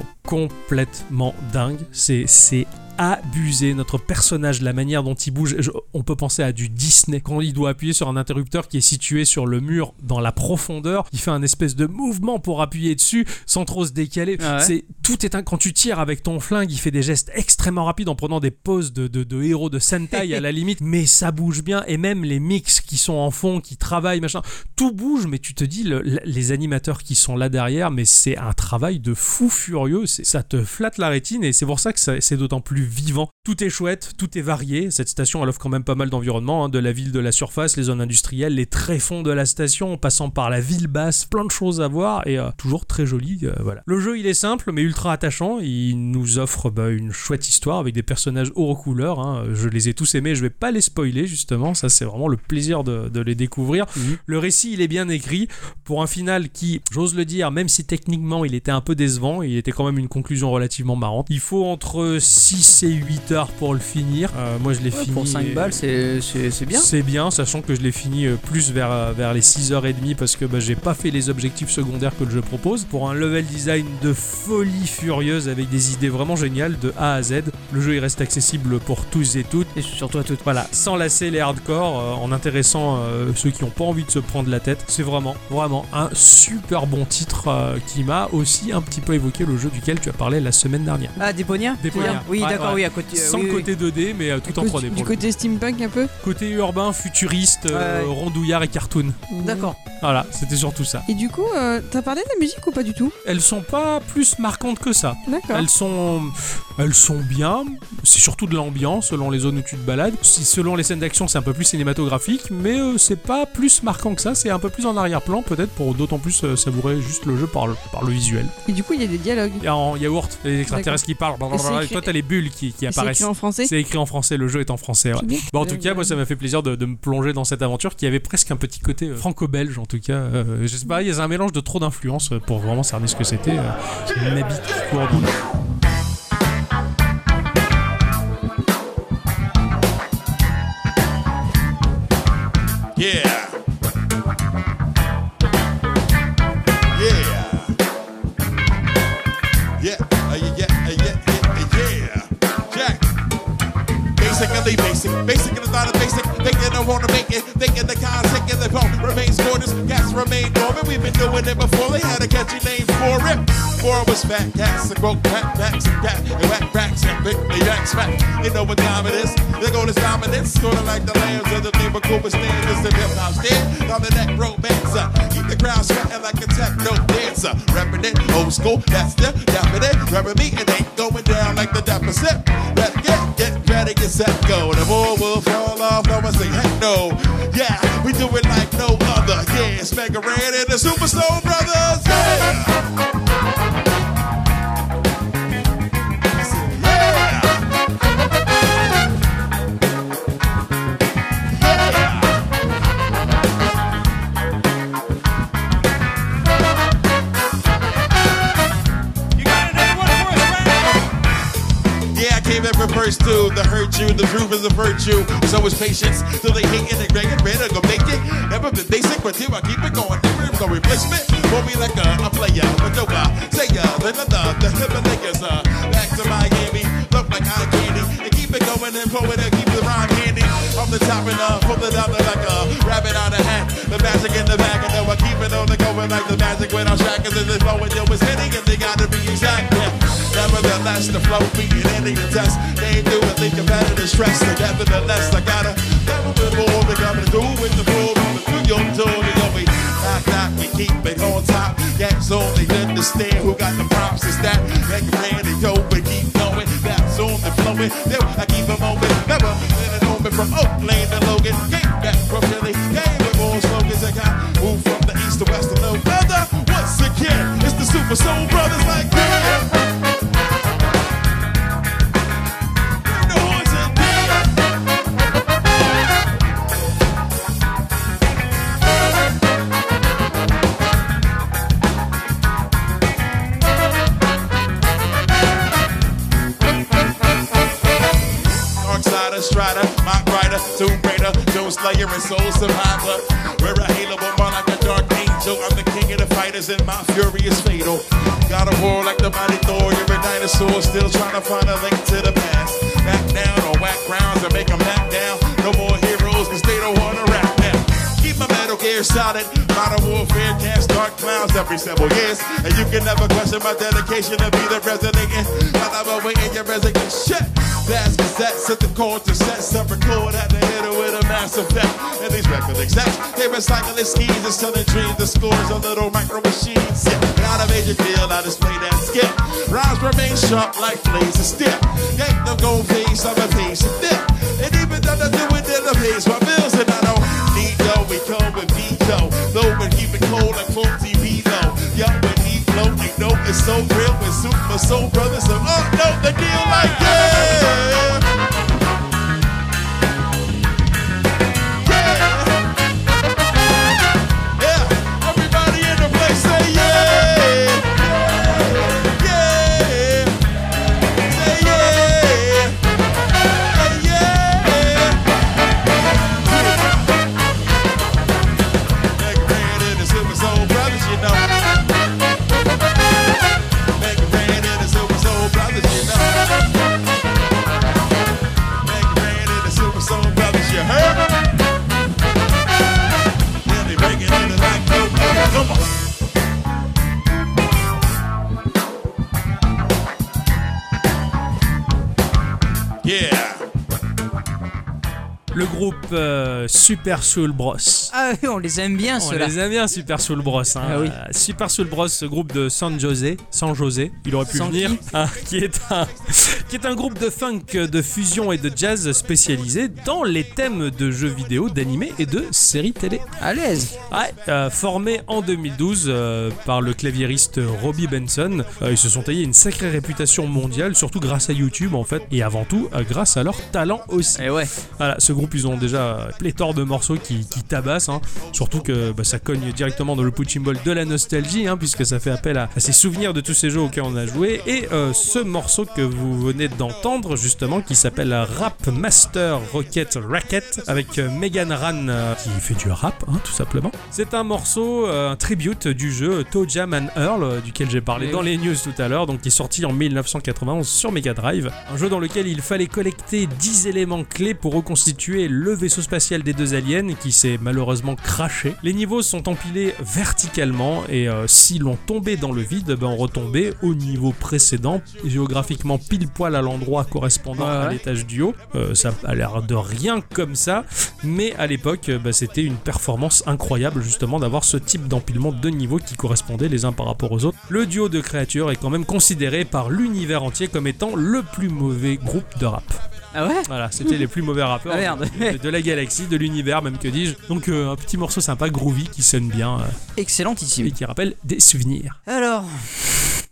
complètement dingues. C'est c'est abusé notre personnage la manière dont il bouge Je- on peut penser à du Disney quand il doit appuyer sur un interrupteur qui est situé sur le mur dans la profondeur il fait un espèce de mouvement pour appuyer dessus sans trop se décaler Ah ouais. c'est tout est un quand tu tires avec ton flingue il fait des gestes extrêmement rapides en prenant des poses de, de, de héros de Sentai à la limite mais ça bouge bien et même les mix qui sont en fond qui travaillent machin tout bouge, mais tu te dis, le- le- les animateurs qui sont là derrière, mais c'est un travail de fou furieux, c'est- ça te flatte la rétine et c'est pour ça que ça- c'est d'autant plus vivant. Tout est chouette, tout est varié, cette station elle offre quand même pas mal d'environnement, hein, de la ville de la surface, les zones industrielles, les tréfonds de la station, en passant par la ville basse, plein de choses à voir et euh, toujours très joli, euh, voilà. Le jeu il est simple mais ultra attachant, il nous offre bah, une chouette histoire avec des personnages haut aux couleurs, hein. je les ai tous aimés, je vais pas les spoiler justement, ça c'est vraiment le plaisir de- de les découvrir. Mm-hmm. Le récit, il est bien écrit pour un final qui, j'ose le dire, même si techniquement il était un peu décevant, il était quand même une conclusion relativement marrante. Il faut entre 6 et 8 heures pour le finir. Euh, moi, je l'ai Ouais, fini. pour 5 et- balles, c'est c'est- c'est bien. c'est bien, sachant que je l'ai fini euh, plus vers, euh, vers les 6h30 parce que bah, j'ai pas fait les objectifs secondaires que le jeu propose. Pour un level design de folie furieuse avec des idées vraiment géniales de A à Z, le jeu il reste accessible pour tous et toutes. Et surtout à toutes. Voilà, sans lasser les hardcore, euh, en intéressant euh, ceux qui n'ont pas envie de se prendre la tête. C'est vraiment, vraiment un super bon titre euh, qui m'a aussi un petit peu évoqué le jeu duquel tu as parlé la semaine dernière. Ah, Déponia Déponia. Oui, Ouais, D'accord, oui, à côté. euh, Sans oui, le oui. côté 2D, mais euh, tout en Du 3D. du Pour le côté steampunk un peu coup. Côté urbain, futuriste, euh, Ouais. rondouillard et cartoon. D'accord. Voilà, c'était surtout ça. Et du coup, euh, t'as parlé de la musique ou pas du tout Elles sont pas plus marquantes que ça. D'accord. Elles sont, elles sont bien. C'est surtout de l'ambiance selon les zones où tu te balades. Si selon les scènes d'action, c'est un peu plus cinématographique, mais euh, c'est pas plus marquant que ça. C'est un peu plus en arrière-plan peut-être pour d'autant plus euh, savourer juste le jeu par le, par le visuel. Et du coup, il y a des dialogues. Il y a en yaourt les extraterrestres qui parlent. Et c'est blablabla, Et écrit- toi, t'as les bulles qui, qui Et C'est écrit apparaissent. en français. C'est écrit en français. Le jeu est en français. ouais. C'est bien. Bon, en tout cas, moi, ça m'a fait plaisir de, de me plonger dans cette aventure qui avait presque un petit côté euh, franco-belge, en tout cas. Euh, je sais pas, il y a un mélange de trop d'influences euh, pour vraiment cerner ce que c'était. euh, ma bite qui court dans le- Yeah. Yeah. Yeah. Uh, yeah. Yeah. Uh, yeah. Yeah. Yeah. Jack. Basic and they basic. Basic and the thought of basic. Thinking I wanna make it. Thinking the cons, thinking the pump remains quarters. Cats remain dormant. We've been doing it before. They had a catchy name for it. Before it was fat cats and broke fat backs and cat and whack racks and big they yaks fat. You know what time it is. They go to dominance. Sorta like the lambs of the neighborhood with standards and hip hop's dead. Down the neck romance. uh, Keep the crowd sweating like a techno dancer. Rapping it old school. That's the dapping it. Rapping me. It ain't going down like the deficit. Let get get ready, get set, go. The more will fall off, no one say, hey, no. Yeah, we do it like no other. Yeah, it's Mega Red and the Super Soul Brothers. Yeah. Yeah. You got it, everyone, everyone, everyone. Yeah, I came in for first too. The hurt you, the truth is a virtue. So is patience till they hate it and greg and red go make it. Never been basic, but here I keep it going. Never no replacement. Won't be like a, a player, but no uh, say ya, then another, the Himalayas, uh, back to Miami. Look like eye candy and keep it going and flowing and keep the rhyme handy. Off the top and uh, pull it out like a rabbit out of hat. The magic in the back and now I keep it on the going like the magic without shackles and it's flowing. Yo, it's hitting and they gotta be exact. Yeah. Nevertheless, the flow beating any the test. They ain't doing the competitive stress. So nevertheless, I gotta never bit more than coming through with the full movement through your door. You know, we knock, knock, you keep it on top. That's all they understand. Who got the props is that? They can ran it dope and keep going. That's on the flowing. Then I keep a moment. Never been an open from Oakland to Logan. Came back from Philly. Came with more slogans. I got moved from the east to west to no weather. Once again, it's the Super Soul Brothers like that. Strider, my rider, Tomb Raider, Doom Slayer, and Soul Survivor. We're a halo, but more like a dark angel. I'm the king of the fighters, and my fury is fatal. Got a war like the mighty Thor, you're a dinosaur, still trying to find a link to the past. Back down on whack grounds and make them back down. No more heroes, cause they don't wanna rap now. Keep my metal gear solid. Modern warfare cast dark clowns every several years. And you can never question my dedication to be the resonating. While I'm awaiting your resignation. Shit. Blast cassettes at the core to sets of record at the hitter with a massive deck. And these record execs, they recycle their skis and selling dreams. The scores of little micro machines. Yeah. Got a major deal, I display that skill. Rhymes remain sharp like blades of steel. Yank them gold face, I'm a piece of dip. And even though I do it, then I pays my bills and I don't need yo, we come with veto. Though we keep it cold like cold TV though. Yo, when he flow, they know it's so real with super soul brothers. So oh no, the deal like yeah. Yeah. Yeah. Everybody in the place say yeah. Yeah. Say yeah. Say yeah. Make a band in the Super Soul Brothers, you know. Make a band in the Super Soul Brothers, you know. le groupe euh, Super Soul Bros. Ah, on les aime bien On ceux-là. les aime bien Super Soul Bros. hein. Ah oui. Euh, Super Soul Bros, ce groupe de San José, San José, il aurait pu San venir, qui hein, qui, est un, qui est un groupe de funk, de fusion et de jazz spécialisé dans les thèmes de jeux vidéo, d'animés et de séries télé. À l'aise. Ouais, euh, formé en 2012 euh, par le claviériste Robbie Benson, euh, ils se sont taillés une sacrée réputation mondiale, surtout grâce à YouTube en fait, et avant tout euh, grâce à leur talent aussi. Et ouais. Voilà, ce groupe, ils ont déjà euh, pléthore de morceaux qui, qui tabassent, hein. surtout que bah, ça cogne directement dans le punching ball de la nostalgie, hein, puisque ça fait appel à, à ces souvenirs de tous ces jeux auxquels on a joué. Et euh, ce morceau que vous venez d'entendre, justement, qui s'appelle Rap Master Rocket Racket, avec euh, Megan Ran, euh, qui fait du rap, hein, tout simplement. C'est un morceau, euh, un tribute du jeu Toe Jam and Earl, euh, duquel j'ai parlé Eh dans les oui. news tout à l'heure, donc qui est sorti en 1991 sur Mega Drive. Un jeu dans lequel il fallait collecter 10 éléments clés pour reconstituer le vaisseau spatial des deux aliens qui s'est malheureusement craché. Les niveaux sont empilés verticalement et euh, si l'on tombait dans le vide, ben on retombait au niveau précédent, géographiquement pile poil à l'endroit correspondant Ouais, à ouais. l'étage du haut. Euh, ça a l'air de rien comme ça, mais à l'époque, euh, bah, c'était une performance incroyable justement d'avoir ce type d'empilement de niveaux qui correspondaient les uns par rapport aux autres. Le duo de créatures est quand même considéré par l'univers entier comme étant le plus mauvais groupe de rap. Ah ouais Voilà, c'était les plus mauvais rappeurs Ah merde. de, de la galaxie, de l'univers, même que dis-je. Donc euh, un petit morceau sympa, groovy, qui sonne bien euh, et Excellentissime. qui rappelle des souvenirs. Alors,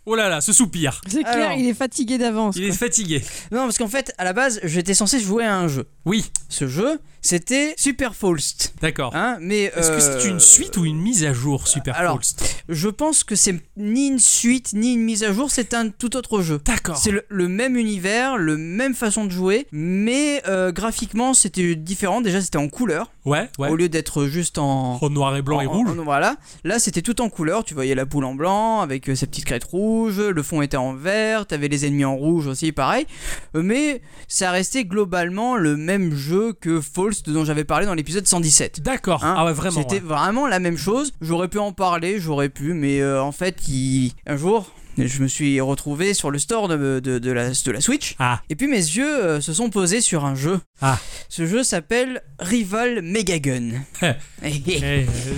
Oh là là, ce soupir C'est clair, Alors. il est fatigué d'avance. il est fatigué. non, parce qu'en fait, à la base, j'étais censé jouer à un jeu. Oui, Ce jeu, c'était Super Faust. d'accord. Hein, mais Est-ce que euh, c'est une suite ou une mise à jour, Super alors, Faust Je pense que c'est ni une suite ni une mise à jour, c'est un tout autre jeu. D'accord. C'est le, le même univers, le même façon de jouer, mais euh, graphiquement c'était différent. Déjà c'était en couleur Ouais, ouais. au lieu d'être juste en, En noir et blanc et en- rouge. en- voilà. Là, c'était tout en couleur. Tu voyais la boule en blanc avec euh, ses petites crêtes rouges. Le fond était en vert. T'avais les ennemis en rouge aussi, pareil. Euh, Mais ça restait globalement le même jeu que Faust dont j'avais parlé dans l'épisode 117. D'accord. Hein, ah ouais, vraiment. C'était ouais. vraiment la même chose. J'aurais pu en parler, j'aurais pu, mais euh, en fait, il- un jour, je me suis retrouvé sur le store de, de- de la, de la Switch. Ah. Et puis mes yeux euh, se sont posés sur un jeu. Ah. Ce jeu s'appelle Rival Megagun. Eh,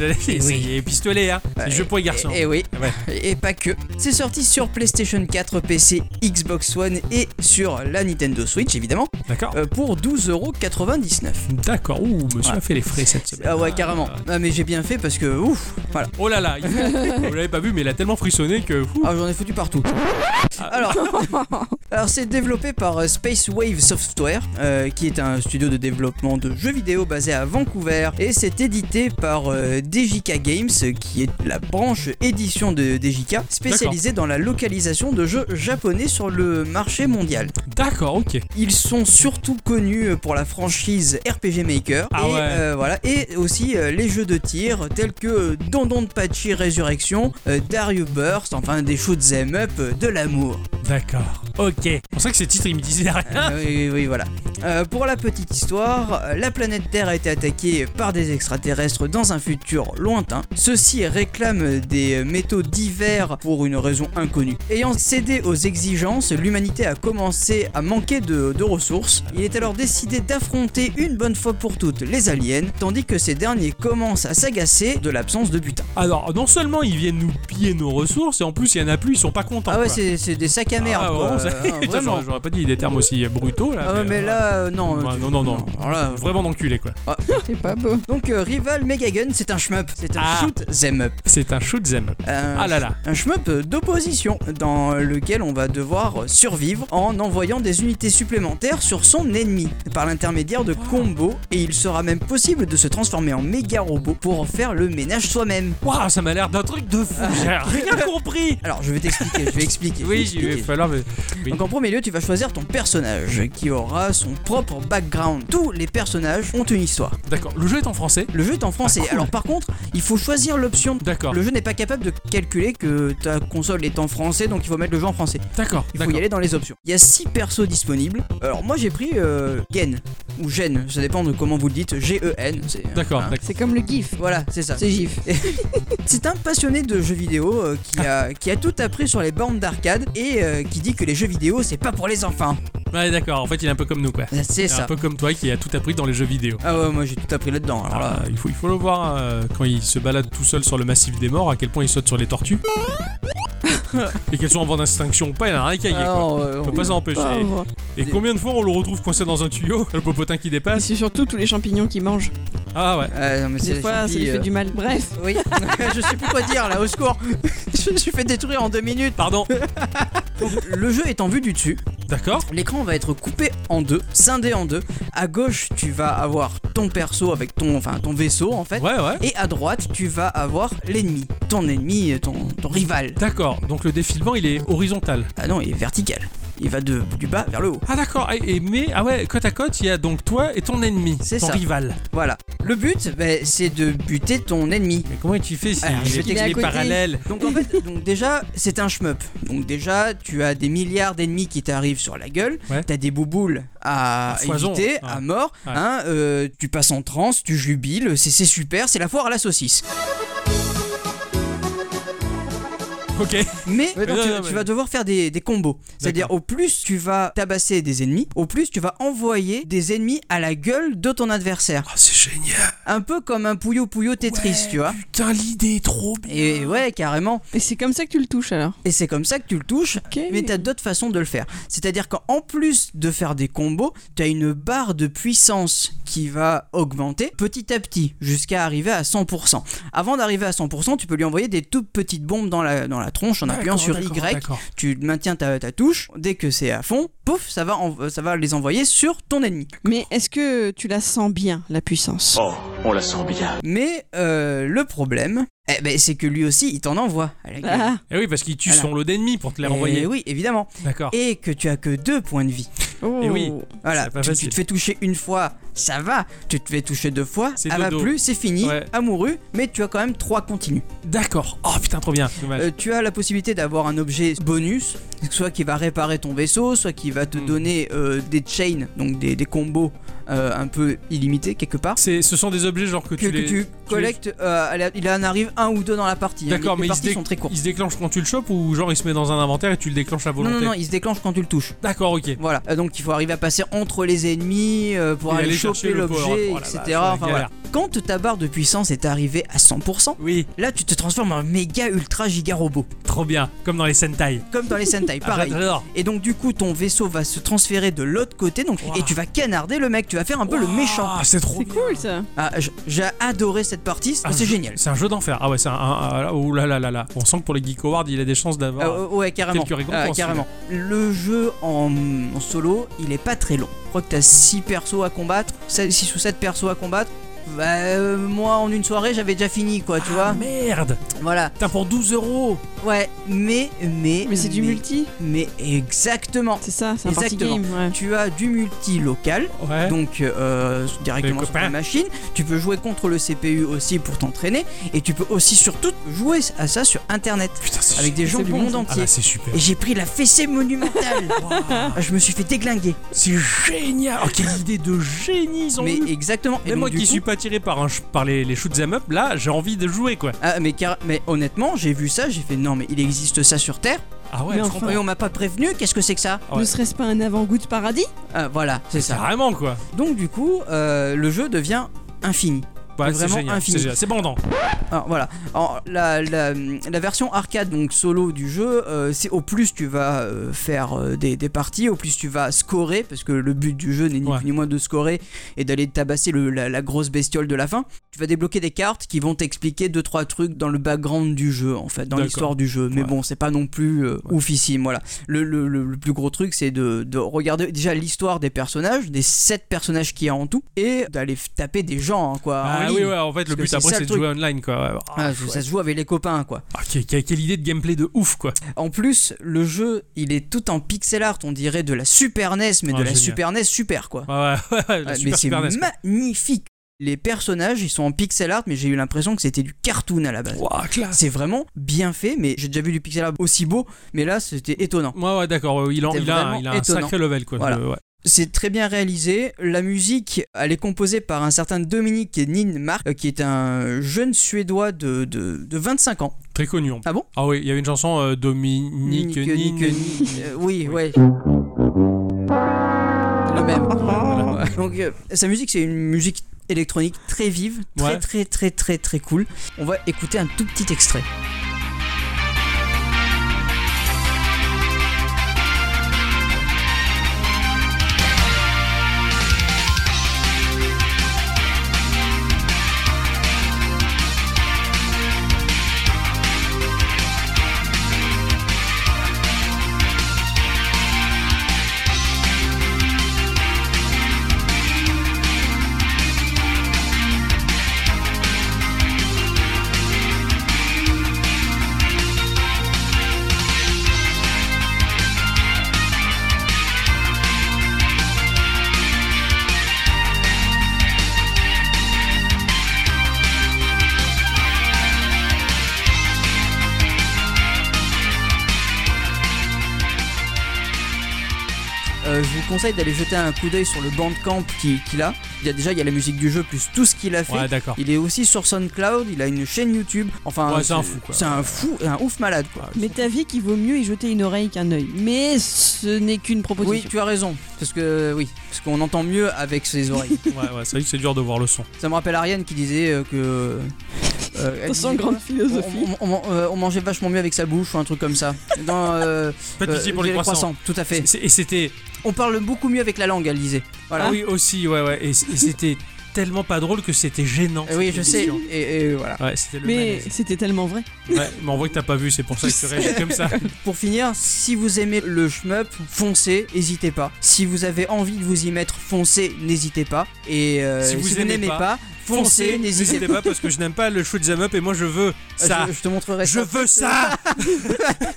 euh, c'est- c'est pistolet, hein. C'est Ouais, jeu pour les garçons. Bah, Et oui, Ouais. et pas que. C'est sorti sur PlayStation 4, PC, Xbox One et sur la Nintendo Switch évidemment D'accord. euh, pour 12,99€. eh. D'accord. Ouh, monsieur a fait les frais cette semaine. Ah ouais carrément. Ah mais j'ai bien fait parce que ouf, voilà. Oh là là, il- vous l'avez pas vu, mais il a tellement frissonné que. ouh. Ah j'en ai foutu partout. Alors, alors c'est développé par euh, Space Wave Software, euh, qui est un studio de développement de jeux vidéo basé à Vancouver, et c'est édité par euh, DJK Games, euh, qui est la branche édition de DJK, spécialisée dans la localisation de jeux japonais sur le marché mondial. D'accord, ok. Ils sont surtout connus euh, pour la franchise RPG Maker Ah et, ouais. euh, voilà, et aussi euh, les jeux de tir tels que euh, Dondonpachi Resurrection, euh, Dario Burst, enfin des shoot'em up euh, de l'amour. D'accord. Ok. On sait que ces titres, ils me disaient rien. Euh, oui, oui, oui, voilà. Euh, pour la petite histoire, euh, la planète Terre a été attaquée par des extraterrestres dans un futur lointain. Ceux-ci réclament des métaux divers pour une raison inconnue. Ayant cédé aux exigences, l'humanité a commencé à manquer de, de ressources. Il est alors décidé d'affronter une bonne fois pour toutes les aliens, tandis que ces derniers commencent à s'agacer de l'absence de butin. Alors, non seulement ils viennent nous piller nos ressources, et en plus, il y en a plus, ils sont pas contents. ah ouais, quoi. c'est c'est des sacs à merde. Ah, quoi. ouais, Euh, ça- hein, Putain, vraiment. j'aurais- J'aurais pas dit des termes aussi brutaux là. Ah ouais, mais là, euh, non, Ouais, tu- Bah, non, non, non. alors là, Vraiment d'enculé quoi. C'est pas beau. Donc euh, Rival Megagun, c'est un shmup, c'est un Ah. shoot 'em up. C'est un shoot 'em up. Un- Ah là là. Un shmup d'opposition dans lequel on va devoir survivre en envoyant des unités supplémentaires sur son ennemi par l'intermédiaire de combos et il sera même possible de se transformer en méga robot pour en faire le ménage soi-même. Waouh, ça m'a l'air d'un truc de fou. J'ai rien compris. Alors je vais t'expliquer, je vais expliquer. je vais Oui, il expliquer. va falloir. mais- oui. Donc en premier lieu, tu vas choisir ton personnage qui aura son propre background. Tous les personnages ont une histoire. D'accord. Le jeu est en français. Le jeu est en français. Ah, cool. Alors par contre, il faut choisir l'option D'accord. Le jeu n'est pas capable de calculer que ta console est en français, donc il faut mettre le jeu en français. D'accord. Il faut y d'accord. aller dans les options. Il y a 6 persos disponibles. Alors moi j'ai pris euh, Gen ou Gen, ça dépend de comment vous le dites. G-E-N. c'est- D'accord. hein. d'accord. C'est comme le GIF. Voilà, c'est ça. C'est GIF. C'est un passionné de jeux vidéo euh, qui, a, qui a tout appris sur les bornes d'arcade et euh, qui dit que les jeux vidéo c'est pas pour les enfants. Ouais, d'accord. En fait, il est un peu comme nous, quoi. C'est Un ça. peu comme toi qui a tout appris dans les jeux vidéo. Ah ouais, moi j'ai tout appris là-dedans. Alors là, Alors, euh, il, faut, il faut le voir euh, quand il se balade tout seul sur le massif des morts, à quel point il saute sur les tortues. Et qu'elles sont en voie d'extinction ou pas, il en a rien caillé. ah, quoi. on, euh, On peut pas s'en empêcher. Pauvre. Et combien de fois on le retrouve coincé dans un tuyau Le popotin qui Et dépasse c'est surtout tous les champignons qui mangent. Ah ouais. Ah, non, mais c'est Des les fois, ça champis, lui fait euh. du mal. Bref, Oui, je sais plus quoi dire là, au secours. je me suis fait détruire en deux minutes. Pardon. Le jeu est en vue du dessus. D'accord. L'écran va être coupé en deux, scindé en deux. À gauche, tu vas avoir ton perso avec ton, enfin, ton vaisseau en fait. Ouais, ouais. Et à droite, tu vas avoir l'ennemi. Ton ennemi, ton, ton rival. D'accord. Donc le défilement, il est horizontal. Ah non, il est vertical. Il va de, du bas vers le haut. Ah d'accord. Et, et- mais ah ouais, côte à côte, il y a donc toi et ton ennemi, C'est ton ça. rival. Voilà. Le but, ben, c'est de buter ton ennemi. Ah, Mais comment tu fais si Alors, Ah, il je vais est- il t'expliquer. est parallèle Donc en fait, donc déjà, c'est un shmup. Donc déjà, tu as des milliards d'ennemis qui t'arrivent sur la gueule. Ouais. T'as des bouboules à À foison. éviter, Ouais. à mort. Ouais. hein, euh, tu passes en transe, tu jubiles, c'est c'est super, c'est la foire à la saucisse. Ok. Mais, Mais donc, non, tu, non, tu mais- vas devoir faire des, des combos. C'est-à-dire, au plus tu vas tabasser des ennemis, au plus tu vas envoyer des ennemis à la gueule de ton adversaire. Ah c'est génial. Un peu comme un Puyo Puyo Tetris, tu vois. Putain, l'idée est trop bien. Et ouais, carrément. et c'est comme ça que tu le touches alors. Et c'est comme ça que tu le touches. Ok. Mais t'as d'autres façons de le faire. C'est-à-dire qu'en plus de faire des combos, t'as une barre de puissance qui va augmenter petit à petit jusqu'à arriver à 100%. Avant d'arriver à 100%, tu peux lui envoyer des toutes petites bombes dans la, dans la tronche en appuyant D'accord, sur d'accord, Y. d'accord. Tu maintiens ta, ta touche. Dès que c'est à fond, pouf, ça va, en- ça va les envoyer sur ton ennemi. Mais est-ce que tu la sens bien, la puissance Oh, on la sent bien. Mais euh, le problème, eh ben, c'est que lui aussi, il t'en envoie à la gueule. Ah, Eh oui, parce qu'il tue Voilà. son lot d'ennemis pour te les Eh renvoyer. oui, évidemment. D'accord. Et que tu as que deux points de vie. oh. Eh oui. Voilà, C'est pas tu, facile. tu te fais toucher une fois, ça va. Tu te fais toucher deux fois, C'est ça va dodo. plus, c'est fini, Ouais. amoureux, mais tu as quand même trois continus. D'accord. Oh putain, trop bien. Dommage. Euh, tu as la possibilité d'avoir un objet bonus, soit qui va réparer ton vaisseau, soit qui va te Hmm. donner euh, des chains, donc des, des combos euh, un peu illimités quelque part. C'est- ce sont des objets genre que, Que, tu, les- que tu collectes, euh, à la- il en arrive un ou deux dans la partie. hein, D'accord, les- mais il les se, parties dé- sont très courtes. il se déclenche quand tu le chopes ou genre il se met dans un inventaire et tu le déclenches à Non, volonté. non, non, il se déclenche quand tu le touches. D'accord, ok. Voilà, Euh, donc il faut arriver à passer entre les ennemis euh, pour Et aller, aller chercher choper le power-up. l'objet, Oh la etc. vache, la Enfin, galère. voilà. Quand ta barre de puissance est arrivée à 100%, Oui, là tu te transformes en méga ultra giga robot, trop bien. Comme dans les Sentai. comme dans les Sentai, Ah, pareil. J'adore. Et donc du coup ton vaisseau va se transférer de l'autre côté, donc Wow. et tu vas canarder le mec, tu vas faire un peu le Ouah, méchant. Ah, c'est trop C'est bien. cool ça. Ah, j- J'ai adoré cette partie, c'est Ah, c'est je- génial. C'est un jeu d'enfer. Ah ouais, c'est un. un- un- ouh là là là là. On sent que pour les Geek Awards, il a des chances d'avoir. Ah, ouais, carrément. quelques récompenses, Ah, carrément. Le jeu en, en solo, il est pas très long. Je crois que t'as 6 persos à combattre, 6 ou 7 persos à combattre. Bah, euh, moi en une soirée j'avais déjà fini quoi, tu Ah, vois. merde Voilà. Putain, pour 12 euros Ouais, mais, mais. Mais c'est du multi, Mais exactement. c'est ça, c'est un party Exactement. game. Ouais. Tu as du multi local, Ouais. donc euh, directement Les sur ta copains. machine. Tu peux jouer contre le CPU aussi pour t'entraîner. Et tu peux aussi surtout jouer à ça sur internet. Putain, c'est Avec des gens c'est du bon, monde ça. Ah entier. bah, c'est super. Et j'ai pris la fessée monumentale. Waouh, Ah, Je me suis fait déglinguer. c'est génial. Oh, quelle idée de génie ils ont Mais eu. exactement. Et Même donc, moi du qui coup- suis pas attiré par, un, ch- par les, les shoot'em up, là, j'ai envie de jouer quoi. Ah, mais, car- mais honnêtement, j'ai vu ça, j'ai fait non, mais il existe ça sur Terre. Ah ouais, Mais je enfin. comprends. Et on m'a pas prévenu, qu'est-ce que c'est que ça Ouais. Ne serait-ce pas un avant-goût de paradis Ah, Voilà, c'est ça. Carrément quoi. Donc, du coup, euh, le jeu devient infini. Ouais, C'est c'est vraiment génial. infini. Bah, C'est génial. C'est bandant. Alors, voilà. Alors, la, la- la version arcade, donc solo du jeu, euh, c'est au plus tu vas euh, faire euh, des, des parties, au plus tu vas scorer, parce que le but du jeu n'est ni Ouais. plus ni moins de scorer et d'aller tabasser le- la, la grosse bestiole de la fin. Tu vas débloquer des cartes qui vont t'expliquer deux trois trucs dans le background du jeu, en fait, dans D'accord. l'histoire du jeu. Mais Ouais. bon, c'est pas non plus euh, Ouais. oufissime. Voilà. Le, le- le- le plus gros truc, c'est de, de regarder déjà l'histoire des personnages, des sept personnages qu'il y a en tout, et d'aller f- taper des gens, hein, quoi. en Ah ligne. oui, ouais, en fait, Parce le que but c'est après, ça, c'est le de jouer online, quoi. Ouais. Ah, Ah, ça ça se joue avec les copains, quoi. ah, que- que- quelle, idée de gameplay de ouf, quoi. En plus, le jeu, il est tout en pixel art, on dirait de la Super NES, mais Ah, de la génial. Super NES super, quoi. Ouais, ouais, ouais, la Ah, mais Super c'est Super E NES. magnifique. Les personnages, ils sont en pixel art, mais j'ai eu l'impression que c'était du cartoon à la base. Ouah, classe. C'est vraiment bien fait, mais j'ai déjà vu du pixel art aussi beau, mais là, c'était étonnant. Ouais, ouais, d'accord. ouais, Il, en- C'était il a, vraiment il a un étonnant. sacré level, quoi. Voilà. Euh, ouais. C'est très bien réalisé. La musique, elle est composée par un certain Dominique Ninmark, euh, qui est un jeune Suédois de, de, de 25 ans. Très connu. en plus. Ah bon Ah oui, il y avait une chanson euh, Dominique. Nick, Nick, Nick, Nick, euh, oui, ouais. ah, Donc euh, sa musique c'est une musique électronique très vive, très Ouais. très très très très cool. On va écouter un tout petit extrait. Euh, je vous conseille d'aller jeter un coup d'œil sur le bandcamp qui- qu'il a. Il y a déjà il y a la musique du jeu plus tout ce qu'il a fait. Ouais, d'accord. il est aussi sur SoundCloud, il a une chaîne YouTube. Enfin, Ouais, c'est un fou, quoi. C'est un fou, un ouf malade quoi. Mais ta vie qu'il vaut mieux y jeter une oreille qu'un œil. Mais ce n'est qu'une Oui, proposition. tu as raison. Parce que oui, parce qu'on entend mieux avec ses oreilles. Ouais, ouais, c'est vrai que c'est dur de voir le son. Ça me rappelle Ariane qui disait euh, que. euh, elle Attention, disait- grande on- philosophie. On, on- euh, on mangeait vachement mieux avec sa bouche ou un truc comme ça. Dans, euh, Pas de euh, pitié pour les, croissants. Tout à fait. C'est- Et c'était. On parle beaucoup mieux avec la langue, elle disait. Voilà. Ah oui, aussi, ouais, ouais. Et, et c'était tellement pas drôle que c'était gênant. Euh, oui, cette je sais. émission. Et, et voilà. Ouais, c'était le Mais malaise. c'était tellement vrai. Ouais, mais on voit que t'as pas vu, c'est pour ça que tu réagis comme ça. Pour finir, si vous aimez le shmup, foncez, n'hésitez pas. Si vous avez envie de vous y mettre, foncez, n'hésitez pas. Et euh, Si vous aimez n'aimez pas, pas, foncez, n'hésitez n'hésitez pas. Euh, pas parce que je n'aime pas le shoot 'em up et moi je veux ça. Je, je te montrerai Je ça. veux ça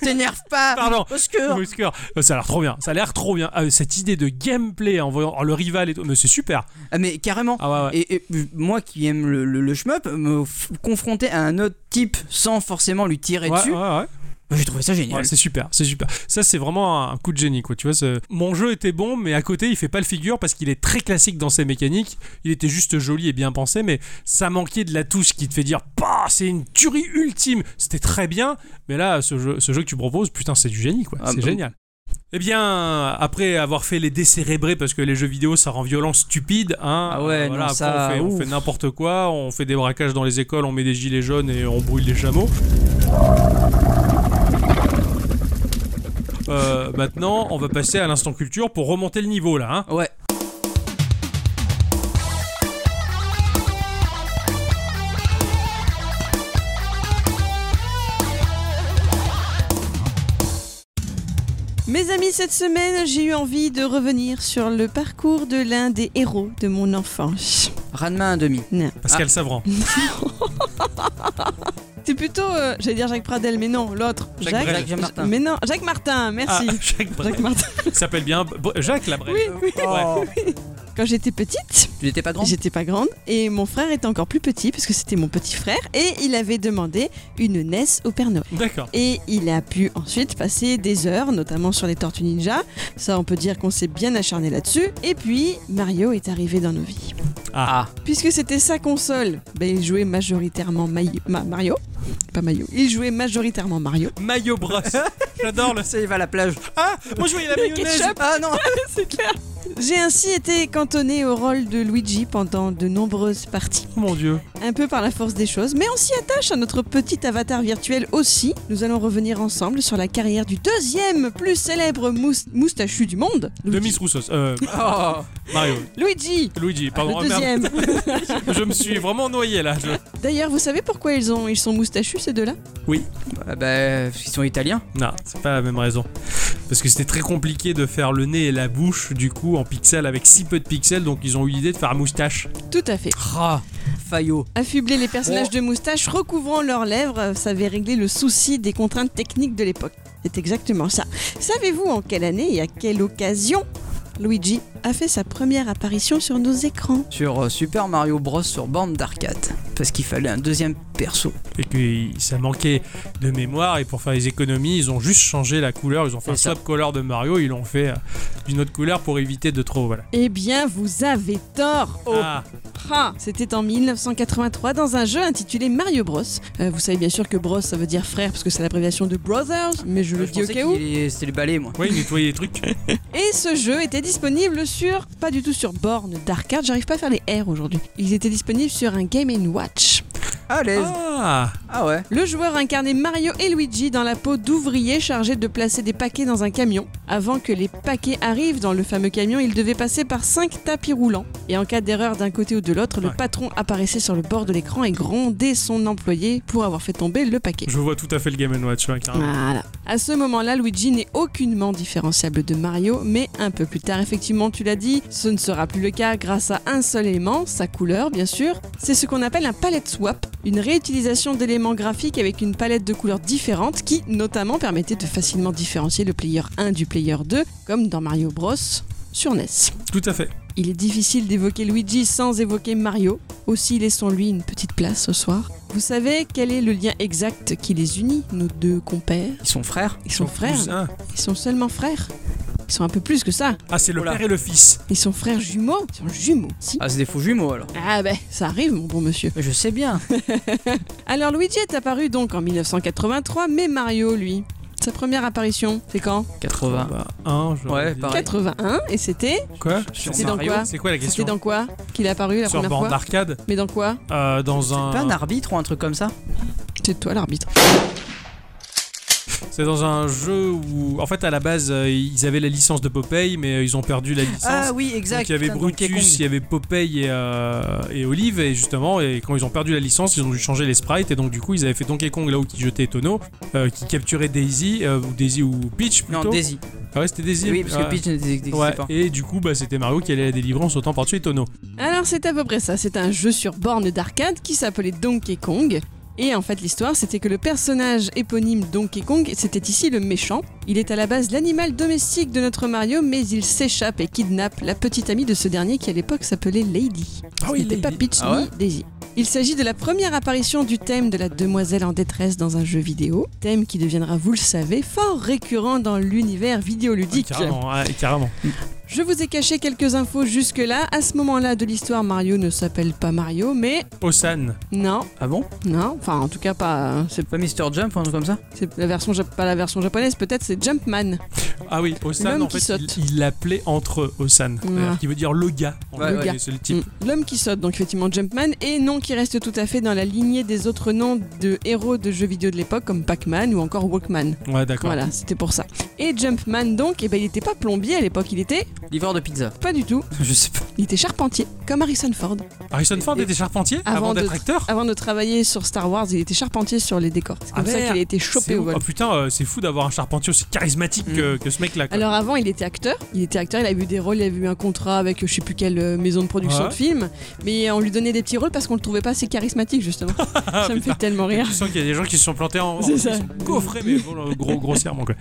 T'énerve pas Pardon. Au secours Au secours. Euh, Ça a l'air trop bien, ça a l'air trop bien. Ah, cette idée de gameplay en voyant oh, le rival et tout, mais c'est super. Ah, Mais carrément Ah ouais, ouais. Et, et, euh, moi qui aime le, le, le shmup, me f- confronter à un autre type sans forcément lui tirer Ouais, dessus, ouais, ouais. bah, j'ai trouvé ça génial. Ouais, c'est super, c'est super. Ça, c'est vraiment un coup de génie, quoi. Tu vois, ce- mon jeu était bon, mais à côté, il fait pas le figure parce qu'il est très classique dans ses mécaniques. Il était juste joli et bien pensé, mais ça manquait de la touche qui te fait dire, bah, c'est une tuerie ultime. C'était très bien, mais là, ce jeu, ce jeu que tu proposes, putain, c'est du génie, quoi. Ah, c'est bah oui. génial. Eh bien, après avoir fait les décérébrés, parce que les jeux vidéo, ça rend violent stupide, hein. Ah ouais, euh, non, après, ça, on fait- on ouf. fait n'importe quoi, on fait des braquages dans les écoles, on met des gilets jaunes et on brûle les chameaux. Euh, maintenant, on va passer à l'instant culture pour remonter le niveau là. hein. Ouais. Mes amis, cette semaine, j'ai eu envie de revenir sur le parcours de l'un des héros de mon enfance. Ranma un demi. Non. Pascal Savran. C'est plutôt, euh, j'allais dire Jacques Pradel, mais non, l'autre. Jacques Brel. Jacques Martin. Mais non, Jacques Martin, merci. Ah, Jacques Brel. Jacques Martin. Il s'appelle bien Br- Jacques Labrel. Oui, oui. Oh. Quand j'étais petite, Tu n'étais pas grand J'étais pas grande et mon frère était encore plus petit parce que c'était mon petit frère et il avait demandé une NES au Père Noël. D'accord. Et il a pu ensuite passer des heures, notamment sur les Tortues Ninja. Ça, on peut dire qu'on s'est bien acharné là-dessus. Et puis, Mario est arrivé dans nos vies. Ah. Puisque c'était sa console, ben, il jouait majoritairement Maï- Ma- Mario. Pas Mario. Il jouait majoritairement Mario. Maillot Bros. J'adore le. Ça, il va à la plage. Ah, moi je voyais la mayonnaise. ketchup. Ah non C'est clair. J'ai ainsi été cantonné au rôle de Luigi pendant de nombreuses parties. Oh mon dieu. un peu par la force des choses, mais on s'y attache à notre petit avatar virtuel aussi. Nous allons revenir ensemble sur la carrière du deuxième plus célèbre mous- moustachu du monde, De Luigi. Miss Roussos. Euh, Oh. Mario. Luigi, Luigi, pardon. le Oh, merde. deuxième. Je me suis vraiment noyé là. Je- D'ailleurs, vous savez pourquoi ils ont ils sont moustachus ces deux-là Bah, bah, parce qu'ils sont italiens. Non, c'est pas la même raison. Parce que c'était très compliqué de faire le nez et la bouche du coup en pixels avec si peu de pixels, donc ils ont eu l'idée de faire moustache. Tout à fait. Ah, Fayot. Affubler les personnages Oh. de moustache recouvrant leurs lèvres, euh, ça avait réglé le souci des contraintes techniques de l'époque. C'est exactement ça. Savez-vous en quelle année et à quelle occasion Luigi a fait sa première apparition sur nos écrans Sur euh, Super Mario Bros. sur bande d'arcade. parce qu'il fallait un deuxième perso. Et que ça manquait de mémoire, et pour faire les économies, ils ont juste changé la couleur. Ils ont fait un C'est ça. swap color de Mario, ils l'ont fait euh, d'une autre couleur pour éviter de trop. Voilà. Eh bien, vous avez tort oh. Ah, Ah, C'était en 1983 dans un jeu intitulé Mario Bros. Euh, vous savez bien sûr que Bros ça veut dire frère parce que c'est l'abréviation de Brothers, mais je le dis au Euh, pensais cas où. qu'il est- C'était le balai, moi. ouais, ils nettoyaient les trucs. Et ce jeu était disponible sur, pas du tout sur borne d'arcade, j'arrive pas à faire les R aujourd'hui. Ils étaient disponibles sur un Game Watch. À l'aise. Ah, Ah ouais. Le joueur incarnait Mario et Luigi dans la peau d'ouvriers chargés de placer des paquets dans un camion. Avant que les paquets arrivent dans le fameux camion, ils devaient passer par 5 tapis roulants. Et en cas d'erreur d'un côté ou de l'autre, le Ouais. patron apparaissait sur le bord de l'écran et grondait son employé pour avoir fait tomber le paquet. je vois tout à fait le Game Watch, ouais, carrément. Voilà. À ce moment-là, Luigi n'est aucunement différenciable de Mario, mais un peu plus tard, effectivement, tu l'as dit, ce ne sera plus le cas grâce à un seul élément, sa couleur, bien sûr. C'est ce qu'on appelle un palette swap, une réutilisation d'éléments graphiques avec une palette de couleurs différentes qui, notamment, permettait de facilement différencier le player 1 du player 2, comme dans Mario Bros. sur NES. Tout à fait. Il est difficile d'évoquer Luigi sans évoquer Mario. Aussi, laissons-lui une petite place ce soir. Vous savez quel est le lien exact qui les unit, nos deux compères Ils sont frères. Ils sont frères cousins. Ils sont seulement frères Ils sont un peu plus que ça. Ah, c'est le Oula. père et le fils. Ils sont frères jumeaux Ils sont jumeaux, si. Ah, c'est des faux jumeaux alors. Ah ben, ça arrive, mon bon monsieur. Je sais bien. Alors Luigi est apparu donc en 1983, mais Mario, lui, sa première apparition, c'est quand 80. Bah, un, je Ouais, dis- pareil. 81, et c'était Quoi Sur C'est dans Mario. quoi C'est quoi la C'était question dans quoi qu'il est apparu la Sur première bande fois d'arcade Mais dans quoi euh, Dans C'est pas un un. arbitre ou un truc comme ça C'est toi l'arbitre. C'est dans un jeu où. En fait, à la base, euh, ils avaient la licence de Popeye, mais euh, ils ont perdu la licence. Ah oui, exact. Donc, il y avait putain, Donkey Brutus, il Kong. y avait Popeye et, euh, et Olive, et justement, et quand ils ont perdu la licence, ils ont dû changer les sprites, et donc du coup, ils avaient fait Donkey Kong là où qui jetait tonneau, qui capturait Daisy, euh, ou Daisy ou Peach plutôt. Non, Daisy. Ah ouais, c'était Daisy. Oui, parce que ouais. Peach n'existait Ouais, pas. et du coup, bah, c'était Mario qui allait à la délivrance autant par-dessus les tonneaux. Alors c'est à peu près ça, c'est un jeu sur borne d'arcade qui s'appelait Donkey Kong. Et en fait l'histoire c'était que le personnage éponyme Donkey Kong, c'était ici le méchant. Il est à la base l'animal domestique de notre Mario, mais il s'échappe et kidnappe la petite amie de ce dernier qui à l'époque s'appelait Lady. Ah Ce oui, n'était pas Lady. Peach Ah ouais ni Daisy. Il s'agit de la première apparition du thème de la demoiselle en détresse dans un jeu vidéo, thème qui deviendra, vous le savez, fort récurrent dans l'univers Ouais, vidéoludique. Ah, carrément, ouais, carrément. Je vous ai caché quelques infos jusque-là. À ce moment-là de l'histoire, Mario ne s'appelle pas Mario, mais Osan. non, Ah bon non, enfin en tout cas pas. euh, C'est Pas Mr. Jump ou un truc comme ça c'est la version jap- pas la version japonaise, peut-être c'est Jumpman. Ah oui, Osan, L'homme en qui fait, saute. il il l'appelait entre eux Osan, Ouais. qui veut dire le gars. en Ouais, fait, le gars. mais C'est le type. Mm. L'homme qui saute, donc effectivement Jumpman, et nom qui reste tout à fait dans la lignée des autres noms de héros de jeux vidéo de l'époque comme Pac-Man ou encore Walkman. Ouais, d'accord. Mm. Voilà, c'était pour ça. Et Jumpman donc, eh ben, il n'était pas plombier à l'époque, il était Livreur de pizza. pas du tout. Je sais pas. Il était charpentier, comme Harrison Ford. Harrison Ford Et- était charpentier Avant avant d'être de- acteur Avant de travailler sur Star Wars, il était charpentier sur les décors. C'est comme Ah ça merde, qu'il a été C'est chopé au ouf. vol. Mm. Oh putain, euh, c'est fou d'avoir un charpentier aussi charismatique que, que ce mec-là. quoi. Alors avant, il était acteur. Il était acteur, il a eu des rôles, il a eu un contrat avec euh, je sais plus quelle euh, maison de production Ouais. de film. Mais on lui donnait des petits rôles parce qu'on le trouvait pas assez charismatique, justement. ça me fait tellement rire. Tu sens qu'il y a des gens qui se sont plantés en. C'est en- ça. Ils sont gaufrés, mais bon, euh, gros, grossièrement quoi.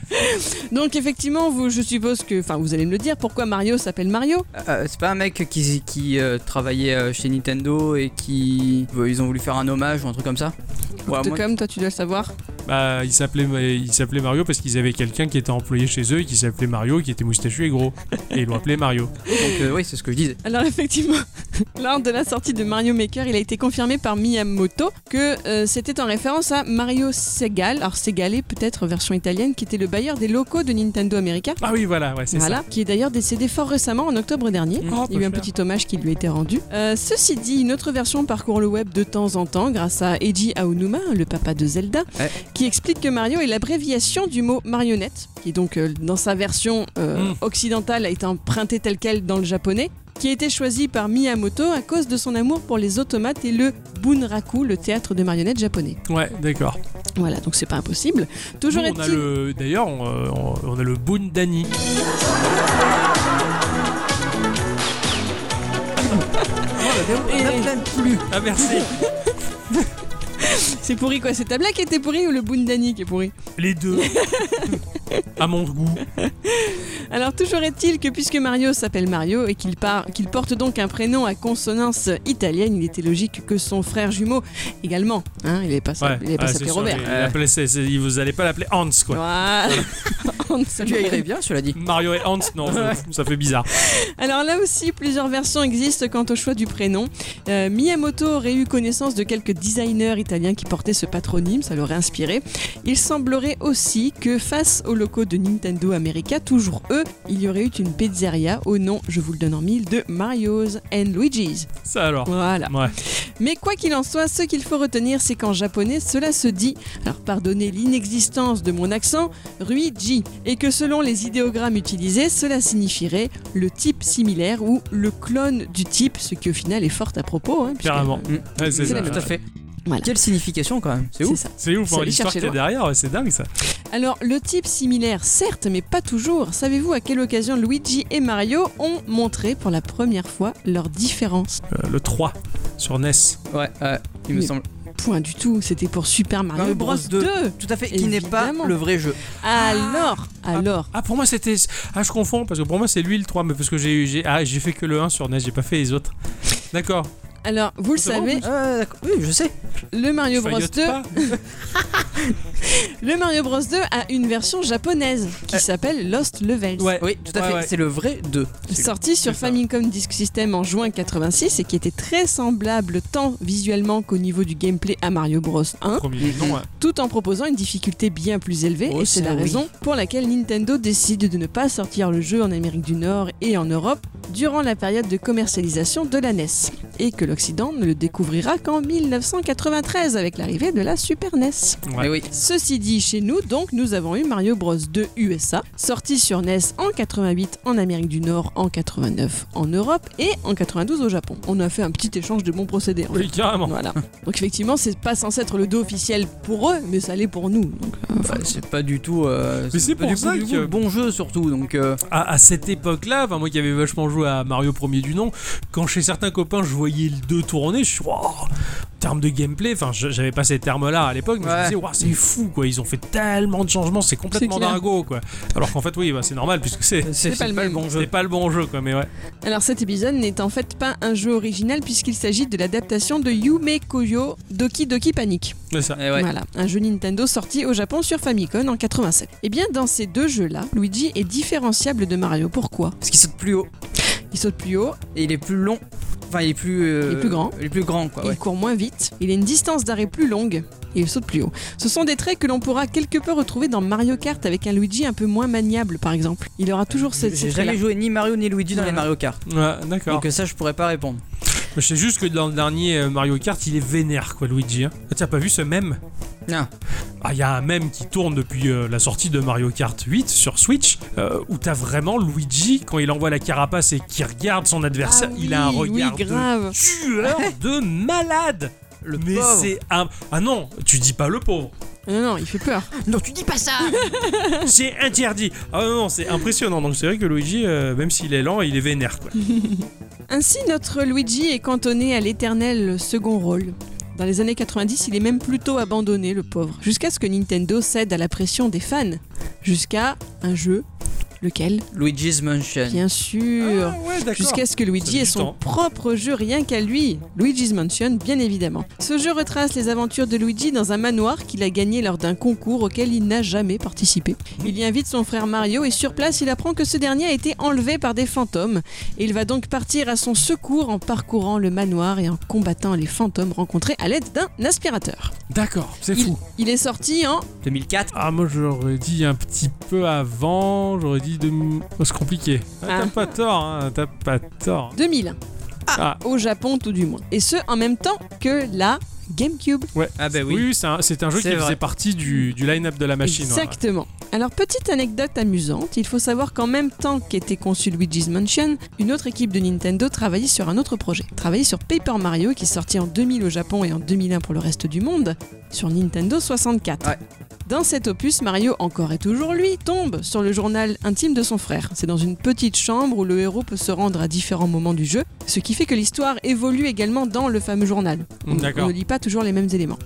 Donc effectivement, vous, je suppose que... Enfin, vous allez me le dire, pourquoi Mario s'appelle Mario Euh, c'est pas un mec qui, qui euh, travaillait euh, chez Nintendo et qui. euh, ils ont voulu faire un hommage ou un truc comme ça Ouais, De Ah, moi- comme toi, tu dois le savoir. Bah, il s'appelait, il s'appelait Mario parce qu'ils avaient quelqu'un qui était employé chez eux et qui s'appelait Mario, qui était moustachu et gros. Et ils l'ont appelé Mario. Donc, euh, oui, c'est ce que je disais. Alors effectivement, lors de la sortie de Mario Maker, il a été confirmé par Miyamoto que euh, c'était en référence à Mario Segal, alors Segale peut-être version italienne, qui était le bailleur des locaux de Nintendo America. Ah oui, voilà, ouais, c'est voilà, qui est d'ailleurs décédé fort récemment en octobre dernier. ça. Oh, Il y a eu un pas petit hommage qui lui a été rendu. Euh, ceci dit, une autre version parcourt le web de temps en temps grâce à Eiji Aonuma, le papa de Zelda, Ouais. qui explique que Mario est l'abréviation du mot marionnette, qui donc euh, dans sa version euh, Mm. occidentale a été emprunté tel quel dans le japonais, qui a été choisi par Miyamoto à cause de son amour pour les automates et le bunraku, le théâtre de marionnettes japonais. cher. Ouais, d'accord. Voilà, donc c'est pas impossible. Nous, Toujours on a est-il... le, d'ailleurs, on, euh, on- on a le Boondani. Eh, On a plein de plus. Ah merci. C'est pourri quoi C'est ta blague qui était pourrie ou le bundani qui est pourri Les deux. à mon goût. Alors toujours est-il que puisque Mario s'appelle Mario et qu'il par- qu'il porte donc un prénom à consonance italienne, il était logique que son frère jumeau également, hein, il n'est pas Ouais, sa- il est pas ah, c'est s'appeler sûr, Robert. il- il appelait- c'est- c'est- il- vous allez pas l'appeler Hans, quoi. Voilà. On ne sait Tu pas. irais bien, cela dit. Mario et Hans, non, ça, ça fait bizarre. Alors là aussi, plusieurs versions existent quant au choix du prénom. Euh, Miyamoto aurait eu connaissance de quelques designers italiens qui portaient ce patronyme, ça l'aurait inspiré. Il semblerait aussi que face aux locaux de Nintendo America, toujours eux, il y aurait eu une pizzeria au nom, je vous le donne en mille, de Mario's and Luigi's. Ça alors. Voilà. Ouais. Mais quoi qu'il en soit, ce qu'il faut retenir, c'est qu'en japonais, cela se dit, alors pardonnez l'inexistence de mon accent, Ruiji, et que selon les idéogrammes utilisés, cela signifierait le type similaire ou le clone du type, ce qui au final est fort à propos. hein, puisque- Carrément. Mm. Ouais, c'est C'est ça. la même Tout à fait. Voilà. Quelle signification quand même, c'est C'est ouf. ça. C'est ouf, Ça hein, allait l'histoire chercher qui est loin. derrière, ouais, c'est dingue ça. Alors, le type similaire, certes, mais pas toujours. Savez-vous à quelle occasion Luigi et Mario ont montré pour la première fois leur différence Euh, le 3 sur E NES. Ouais, ouais, il me Mais- semble. Point du tout, c'était pour Super Mario Mario Bros. Bros. 2. Tout à fait, qui n'est pas Évidemment. le vrai jeu. Alors, alors, Ah, pour moi c'était. Ah, je confonds, parce que pour moi c'est lui le 3, mais parce que j'ai eu. j'ai- Ah, j'ai fait que le 1 sur NES, j'ai pas fait les autres. D'accord. alors, vous le C'est bon, savez, Ah, d'accord. Oui, je sais. le Je Mario Bros. faillote 2 pas. Le Mario Bros 2 a une version japonaise qui s'appelle Lost Levels. Ouais. Oui, tout à Ouais, fait. ouais. C'est le vrai 2. Sorti sur ça. Famicom Disk System en juin 86 et qui était très semblable tant visuellement qu'au niveau du gameplay à Mario Bros 1, Premier. Non, ouais. tout en proposant une difficulté bien plus élevée Oh, et c'est ça la oui. raison pour laquelle Nintendo décide de ne pas sortir le jeu en Amérique du Nord et en Europe durant la période de commercialisation de la NES et que l'Occident ne le découvrira qu'en 1993 avec l'arrivée de la Super E NES. Ouais. oui. Ceci dit, chez nous, donc, nous avons eu Mario Bros 2 USA, sorti sur NES en 88 en Amérique du Nord, en 89 en Europe et en 92 au Japon. On a fait un petit échange de bons procédés. en Oui, fait. carrément. Voilà. Donc effectivement, c'est pas censé être le dos officiel pour eux, mais ça l'est pour nous. Donc, euh, Bah, c'est pas du tout. euh, Mais c'est pas pour du ça tout, du que- tout le bon jeu surtout. Donc euh, à, à cette époque-là, enfin, moi qui avais vachement joué à Mario premier du nom, quand chez certains copains je voyais le 2 tourner, je suis waouh, en termes de gameplay, enfin je- j'avais pas ces termes-là à l'époque, mais je me Ouais. disais waouh, c'est fou quoi, ils ont fait tellement de changements, c'est complètement C'est clair. dingo quoi. Alors qu'en fait, oui, bah, c'est normal puisque c'est. c'est pas le même. bon C'est jeu. pas le bon jeu quoi, mais ouais. Alors cet épisode n'est en fait pas un jeu original puisqu'il s'agit de l'adaptation de Yume Koyo Doki Doki Panic. C'est ça. Eh ouais. Voilà, un jeu Nintendo sorti au Japon sur Famicom en 87. Et bien dans ces deux jeux-là, Luigi est différenciable de Mario. Pourquoi Parce qu'il saute plus haut Il saute plus haut, et il est plus long. Enfin, il est plus. euh, Il est plus grand. Il est plus grand, Ah quoi. Il Ouais. court moins vite, il a une distance d'arrêt plus longue et il saute plus haut. Ce sont des traits que l'on pourra quelque peu retrouver dans Mario Kart avec un Luigi un peu moins maniable par exemple. Il aura toujours cette J'ai jamais joué ni Mario ni Luigi dans les Voilà. Mario Kart. Ouais, d'accord. Donc euh, ça, je pourrais pas répondre. Je sais juste que dans le dernier euh, Mario Kart, il est vénère quoi, Luigi. Hein. Ah, T'as pas vu ce même Non. Ah, il y a un mème qui tourne depuis euh, la sortie de Mario Kart 8 sur Switch, euh, où t'as vraiment Luigi, quand il envoie la carapace et qu'il regarde son adversaire, il a un regard Ah oui, de grave. tueur de malade Le Mais pauvre. c'est un... Ah non, tu dis pas le pauvre, Non non, il fait peur. Non, tu dis pas ça. c'est interdit Ah non, non, c'est impressionnant, donc c'est vrai que Luigi, euh, même s'il est lent, il est vénère, quoi. Ainsi notre Luigi est cantonné à l'éternel second rôle. Dans les années 90, il est même plutôt abandonné, le pauvre, jusqu'à ce que Nintendo cède à la pression des fans, jusqu'à un jeu, lequel Luigi's Mansion. Bien sûr. Ah ouais, d'accord. Jusqu'à ce que Ça met Luigi ait du son temps. propre jeu rien qu'à lui, Luigi's Mansion bien évidemment. Ce jeu retrace les aventures de Luigi dans un manoir qu'il a gagné lors d'un concours auquel il n'a jamais participé. Il y invite son frère Mario et sur place il apprend que ce dernier a été enlevé par des fantômes et il va donc partir à son secours en parcourant le manoir et en combattant les fantômes rencontrés à l'aide d'un aspirateur. D'accord, c'est Il, fou. il est sorti en 2004. Ah, moi j'aurais dit un petit peu avant, j'aurais dit de. Oh, c'est compliqué. Ah, Ah. T'as pas tort, hein, t'as pas tort. 2001, Ah, au Japon tout du moins. Et ce en même temps que la GameCube. ouais. Ah bah oui. ben Oui, c'est un, c'est un jeu C'est qui vrai. faisait partie du, du line-up de la machine. ouais. Exactement. Alors, petite anecdote amusante, il faut savoir qu'en même temps qu'était conçu Luigi's Mansion, une autre équipe de Nintendo travaillait sur un autre projet. Travaillait sur Paper Mario, qui est sorti en 2000 au Japon et en 2001 pour le reste du monde, sur Nintendo 64. Ouais. Dans cet opus, Mario, encore et toujours lui, tombe sur le journal intime de son frère. C'est dans une petite chambre où le héros peut se rendre à différents moments du jeu, ce qui fait que l'histoire évolue également dans le fameux journal. On- D'accord. on ne lit pas toujours les mêmes éléments.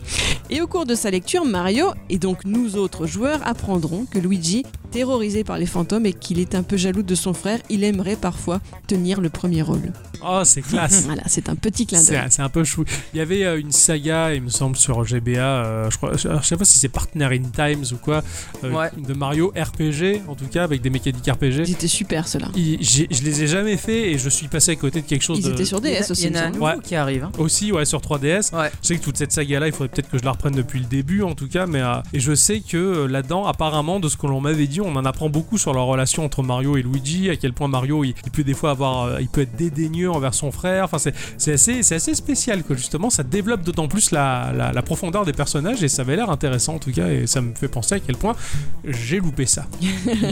Et au cours de sa lecture, Mario, et donc nous autres joueurs, apprendrons que Luigi terrorisé par les fantômes et qu'il est un peu jaloux de son frère, il aimerait parfois tenir le premier rôle. Oh, c'est classe. Voilà, c'est un petit clin C'est d'œil. un, c'est un peu chou. Il y avait euh, une saga, il me semble, sur GBA. euh, je, crois, je, je sais pas si c'est Partner in Times ou quoi, euh, Ouais. de Mario RPG, en tout cas, avec des mécaniques RPG. Ils étaient super ceux-là. Il- j'ai- je les ai jamais fait et je suis passé à côté de quelque chose Ils de- étaient sur Il y en DS a- aussi. il y en il a un me semble. nouveau Ouais. qui arrive. hein. aussi ouais, sur 3DS. Ouais. Je sais que toute cette saga-là, il faudrait peut-être que je la reprenne depuis le début, en tout cas, mais euh, et je sais que euh, là-dedans, apparemment, de ce que l'on m'avait dit, on en apprend beaucoup sur la relation entre Mario et Luigi, à quel point Mario, il, il peut des fois avoir, euh, il peut être dédaigneux envers son frère. Enfin, c'est c'est assez, c'est assez spécial que justement, ça développe d'autant plus la, la- la profondeur des personnages et ça avait l'air intéressant en tout cas, et ça me fait penser à quel point j'ai loupé ça.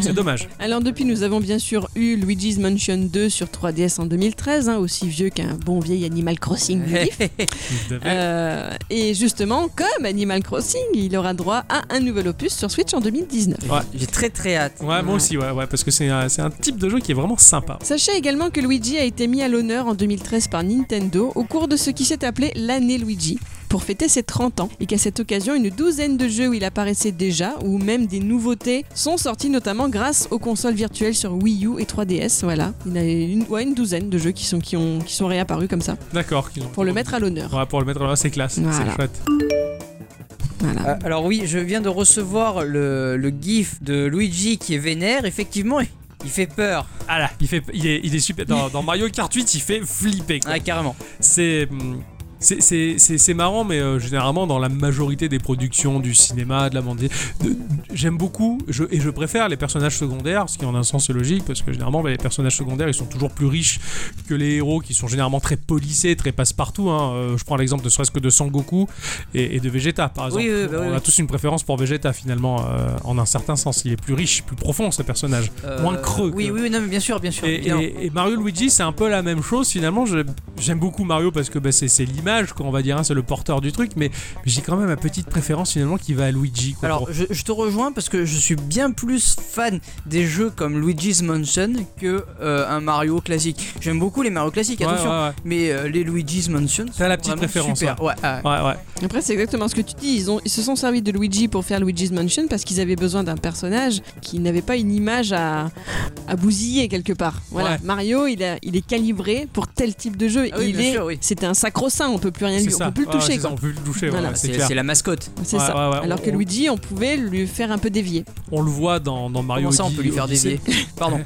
c'est dommage. Alors depuis, nous avons bien sûr eu Luigi's Mansion 2 sur 3DS en 2013, hein, aussi vieux qu'un bon vieil Animal Crossing natif. Vous avez- Euh, et justement, comme Animal Crossing, il aura droit à un nouvel opus sur Switch en 2019. J'ai très très hâte. Ouais, moi aussi, ouais, ouais, parce que c'est un, c'est un type de jeu qui est vraiment sympa. Sachez également que Luigi a été mis à l'honneur en 2013 par Nintendo au cours de ce qui s'est appelé l'année Luigi pour fêter ses 30 ans et qu'à cette occasion une douzaine de jeux où il apparaissait déjà ou même des nouveautés sont sortis notamment grâce aux consoles virtuelles sur Wii U et 3DS voilà il y en a une, ouais, une douzaine de jeux qui sont, qui, ont, qui sont réapparus comme ça D'accord. qu'ils ont- pour le mettre à l'honneur Ouais, pour le mettre là, c'est classe, Voilà. c'est chouette. voilà. Euh, alors oui, je viens de recevoir le, le gif de Luigi qui est vénère. Effectivement, il- il fait peur. Ah là, il, fait, il, est, il est super. Dans, dans Mario Kart 8, il fait flipper. quoi. Ouais, carrément. C'est. hum, c'est- C'est c'est- c'est marrant, mais euh, généralement dans la majorité des productions du cinéma, de la bande de- j'aime beaucoup je, et je préfère les personnages secondaires, ce qui en un sens est logique, parce que généralement bah, les personnages secondaires ils sont toujours plus riches que les héros qui sont généralement très polissés, très passe-partout. hein. Euh, je prends l'exemple ne serait-ce que de Sangoku et, et de Vegeta par exemple. Oui, oui, bah, On oui, a oui. tous une préférence pour Vegeta finalement, euh, en un certain sens. Il est plus riche, plus profond ce personnage. Euh, Moins creux que- Oui, oui, non, mais bien sûr, bien sûr. Et, évidemment. et- et Mario Luigi, c'est un peu la même chose finalement. Je- J'aime beaucoup Mario parce que bah, c'est c'est l'image, quoi, on va dire, hein, c'est le porteur du truc, mais j'ai quand même ma petite préférence finalement qui va à Luigi. Quoi, Alors, euh, pour- je, je te rejoins parce que je suis bien plus fan des jeux comme Luigi's Mansion que euh, un Mario classique. J'aime beaucoup les Mario classiques, Ouais, attention, ouais, mais euh, les Luigi's Mansion, T'as la sont petite vraiment préférence, hein. Super. Ouais, ah ouais. ouais. Ouais, ouais. Après, c'est exactement ce que tu dis. Ils, ont, ils se sont servis de Luigi pour faire Luigi's Mansion parce qu'ils avaient besoin d'un personnage qui n'avait pas une image à, à bousiller quelque part. Voilà, Ouais. Mario, il, a- il est calibré pour tel type de jeu. Ah oui, il bien est, sûr, oui. c'est un sacro-saint. On peut plus rien C'est lui, on ça. peut plus le Ouais, toucher. c'est ça, quoi. on peut plus le toucher, Voilà. ouais, c'est C'est clair. c'est la mascotte. C'est Ouais, ça. ouais, ouais, Alors on- que on- Luigi, on pouvait lui faire un peu dévier. On le voit dans, dans Mario Comment ça, on Odys- peut lui faire Ah, Odyssey. dévier Pardon.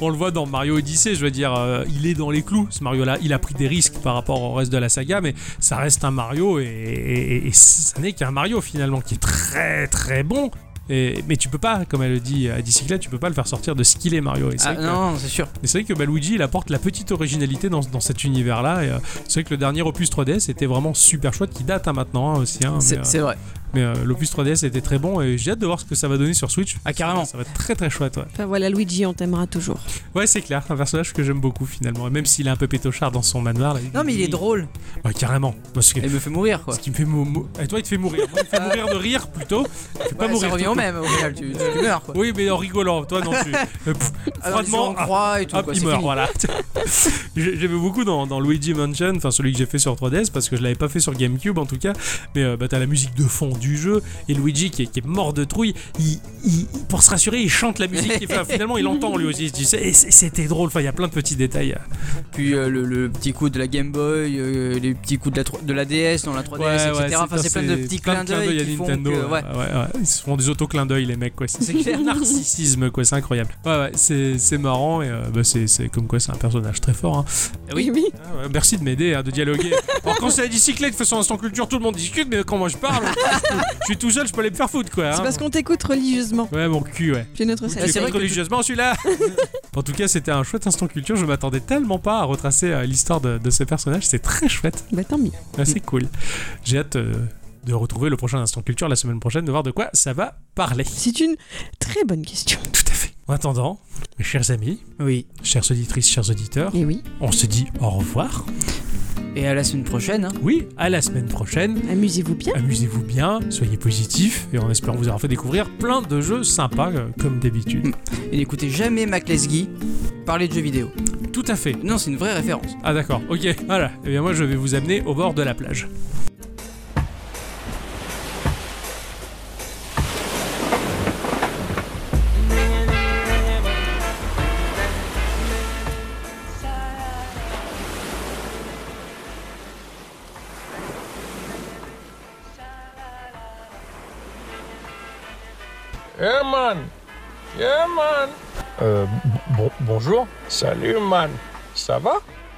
On le voit dans Mario Odyssey, je veux dire, euh, il est dans les clous. Ce Mario-là, il a pris des risques par rapport au reste de la saga, mais ça reste un Mario et, et- et ça n'est qu'un Mario finalement qui est très très bon. Et- mais tu peux pas, comme elle le dit à bicyclette, tu peux pas le faire sortir de ce qu'il est Mario. Et c'est Ah, vrai que- non, c'est sûr. et c'est vrai que bah, Luigi il apporte la petite originalité dans, dans cet univers-là. Et, euh, c'est vrai que le dernier opus 3DS était vraiment super chouette, qui date hein, maintenant hein, aussi. hein, mais C'est euh, c'est vrai. mais, euh, l'opus 3DS était très bon et j'ai hâte de voir ce que ça va donner sur Switch. Ah, carrément. Ça va être très très chouette, ouais. Enfin voilà, Luigi, on t'aimera toujours. Ouais, c'est clair, un personnage que j'aime beaucoup finalement. Et même s'il est un peu pétochard dans son manoir. là, Non, mais il est drôle. Ouais, carrément. Parce que Il me fait mourir, quoi. ce qui me fait mou- mou- Et toi, il te fait mourir. Moi, il me fait mourir de rire plutôt. Il fait pas Euh. Ouais, mourir. ça revient tout au le même, au final, tu, tu meurs, temps. quoi. Ah, Oui, mais en rigolant. Toi, non, tu. euh, pff, Alors, froidement. on croix et tout, Hop, quoi. il c'est meurt, fini. voilà. J'ai- J'aimais beaucoup dans, dans Luigi Mansion, enfin celui que j'ai fait sur 3DS, parce que je l'avais pas fait sur GameCube en tout cas, mais euh, bah, t'as la musique de fond du jeu, et Luigi qui est, qui est mort de trouille, il, il- pour se rassurer, il chante la musique, et fin- finalement il entend lui aussi, il se dit, C'est- c'était drôle, enfin il y a plein de petits détails. Puis euh, le, le petit coup de la Game Boy, euh, les petits coups de la, tro- de la DS dans la 3DS, etc. enfin, c'est plein de petits clins d'œil à qui font Nintendo, que, ouais. ouais, ouais, ouais. Ils se font des autoclins d'œil, les mecs, quoi. C'est c'est clair, narcissisme, quoi. C'est incroyable. Ouais, ouais, c'est c'est marrant, et euh, bah, c'est c'est comme quoi c'est un personnage très fort. hein. Oui. oui. Ah ouais, merci de m'aider, hein, de dialoguer. Alors, quand c'est la bicyclette, de toute façon, instant culture, tout le monde discute, mais quand moi je parle, je, peux- je suis tout seul, je peux aller me faire foutre, quoi. hein. C'est parce qu'on t'écoute religieusement. Ouais, mon cul, ouais. J'ai notre C'est salle. Bah, vrai que- religieusement celui-là. en tout cas, c'était un chouette instant culture. Je m'attendais tellement pas à retracer euh, l'histoire de, de ce personnage. C'est très chouette. Bah tant mieux. Ah, c'est cool. J'ai hâte euh, de retrouver le prochain Instant Culture la semaine prochaine, de voir de quoi ça va parler. C'est une très bonne question. Tout à fait. En attendant, mes chers amis, Oui. chères auditrices, chers auditeurs, Et Eh oui, on se dit au revoir. Et à la semaine prochaine. hein. Oui, à la semaine prochaine. amusez-vous bien. Amusez-vous bien, soyez positifs et en espérant vous avoir fait découvrir plein de jeux sympas euh, comme d'habitude. Et n'écoutez jamais Mac Lesguy parler de jeux vidéo. Tout à fait. Non, c'est une vraie référence. Ah d'accord, ok. Voilà. Eh bien moi je vais vous amener au bord de la plage. Yeah, man. Euh, bon, bonjour. Salut, man. Ça va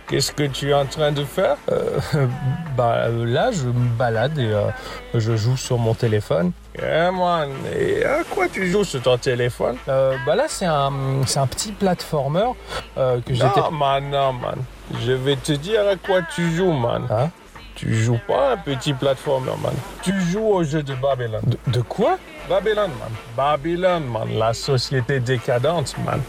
Qu'est-ce que tu es en train de faire Euh, Bah euh, là, je me balade et euh, je joue sur mon téléphone. Yeah, man. Et à quoi tu joues sur ton téléphone Euh, Bah là, c'est un, c'est un petit platformer euh, que j'étais. Non, man, non, man. Je vais te dire à quoi tu joues, man. Hein Tu joues pas un petit platformer, man. Tu joues au jeu de Babylon. de, de quoi Babylon, man. Babylon, man. La société décadente, man.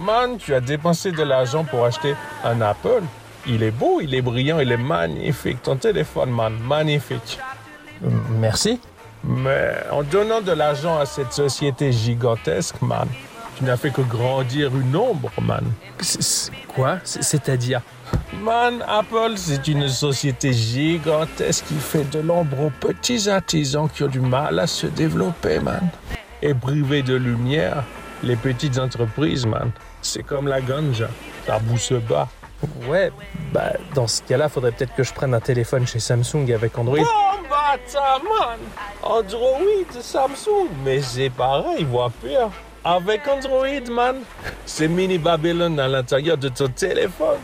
Man, tu as dépensé de l'argent pour acheter un Apple. Il est beau, il est brillant, il est magnifique. Ton téléphone, man, magnifique. Euh, Merci. Mais en donnant de l'argent à cette société gigantesque, man, tu n'as fait que grandir une ombre, man. C'est- c'est- Quoi C'est- C'est-à-dire Man, Apple, c'est une société gigantesque qui fait de l'ombre aux petits artisans qui ont du mal à se développer, man. Et privés de lumière, les petites entreprises, man, c'est comme la ganja. La boue se bat. Ouais, bah dans ce cas-là, faudrait peut-être que je prenne un téléphone chez Samsung avec Android. Bon, bah, ça, man. Android, Samsung, mais c'est pareil, voire pire. Avec Android, man, c'est mini Babylone à l'intérieur de ton téléphone.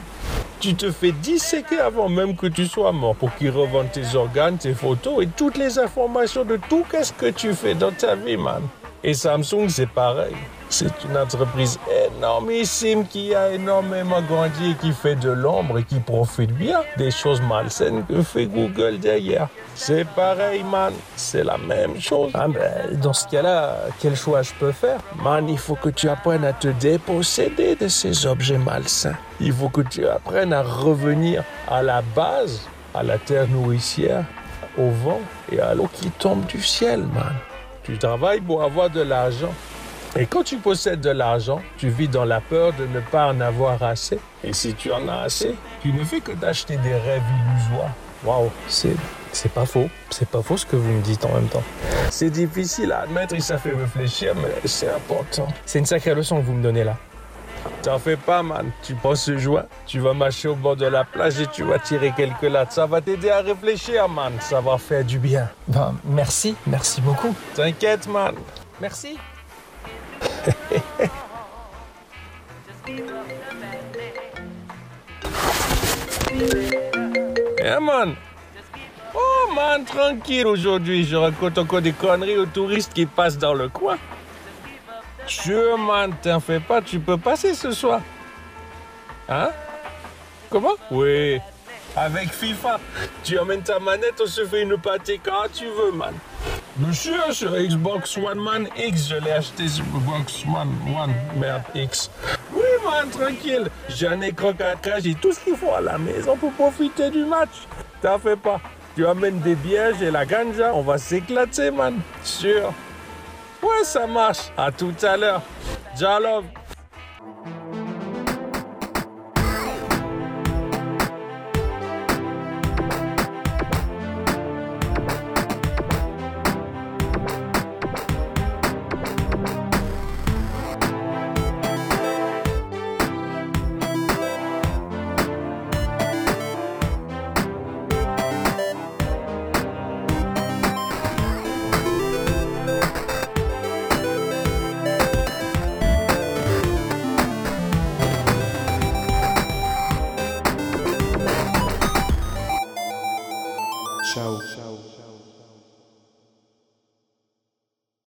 Tu te fais disséquer avant même que tu sois mort pour qu'ils revendent tes organes, tes photos et toutes les informations de tout qu'est-ce que tu fais dans ta vie, man. Et Samsung, c'est pareil. C'est une entreprise énormissime qui a énormément grandi et qui fait de l'ombre et qui profite bien des choses malsaines que fait Google derrière. C'est pareil, man. C'est la même chose. Ah, bah, dans ce cas-là, quel choix je peux faire Man, il faut que tu apprennes à te déposséder de ces objets malsains. Il faut que tu apprennes à revenir à la base, à la terre nourricière, au vent et à l'eau qui tombe du ciel, man. Tu travailles pour avoir de l'argent. Et quand tu possèdes de l'argent, tu vis dans la peur de ne pas en avoir assez. Et si tu en as assez, tu ne fais que d'acheter des rêves illusoires. Waouh, C'est c'est pas faux. C'est pas faux ce que vous me dites en même temps. c'est difficile à admettre et ça fait réfléchir, mais c'est important. C'est une sacrée leçon que vous me donnez là. T'en fais pas, man. Tu prends ce joint, tu vas marcher au bord de la plage et tu vas tirer quelques lattes. Ça va t'aider à réfléchir, man. Ça va faire du bien. Ben merci, merci beaucoup. T'inquiète, man. Merci. Yeah, Eh, man. Oh, man, tranquille aujourd'hui. Je raconte encore des conneries aux touristes qui passent dans le coin. Sure, man, t'en fais pas. Tu peux passer ce soir. Hein Comment Oui. Avec FIFA, tu emmènes ta manette, on se fait une pâté quand tu veux, man. Monsieur, sur Xbox One Man X, je l'ai acheté sur Xbox One, One, merde, X. Oui, man, tranquille. J'en ai croque à crache, j'ai tout ce qu'il faut à la maison pour profiter du match. T'en fais pas. Tu amènes des bières, et la ganja, on va s'éclater, man. Sûr. Ouais, ça marche. À tout à l'heure. Jalove.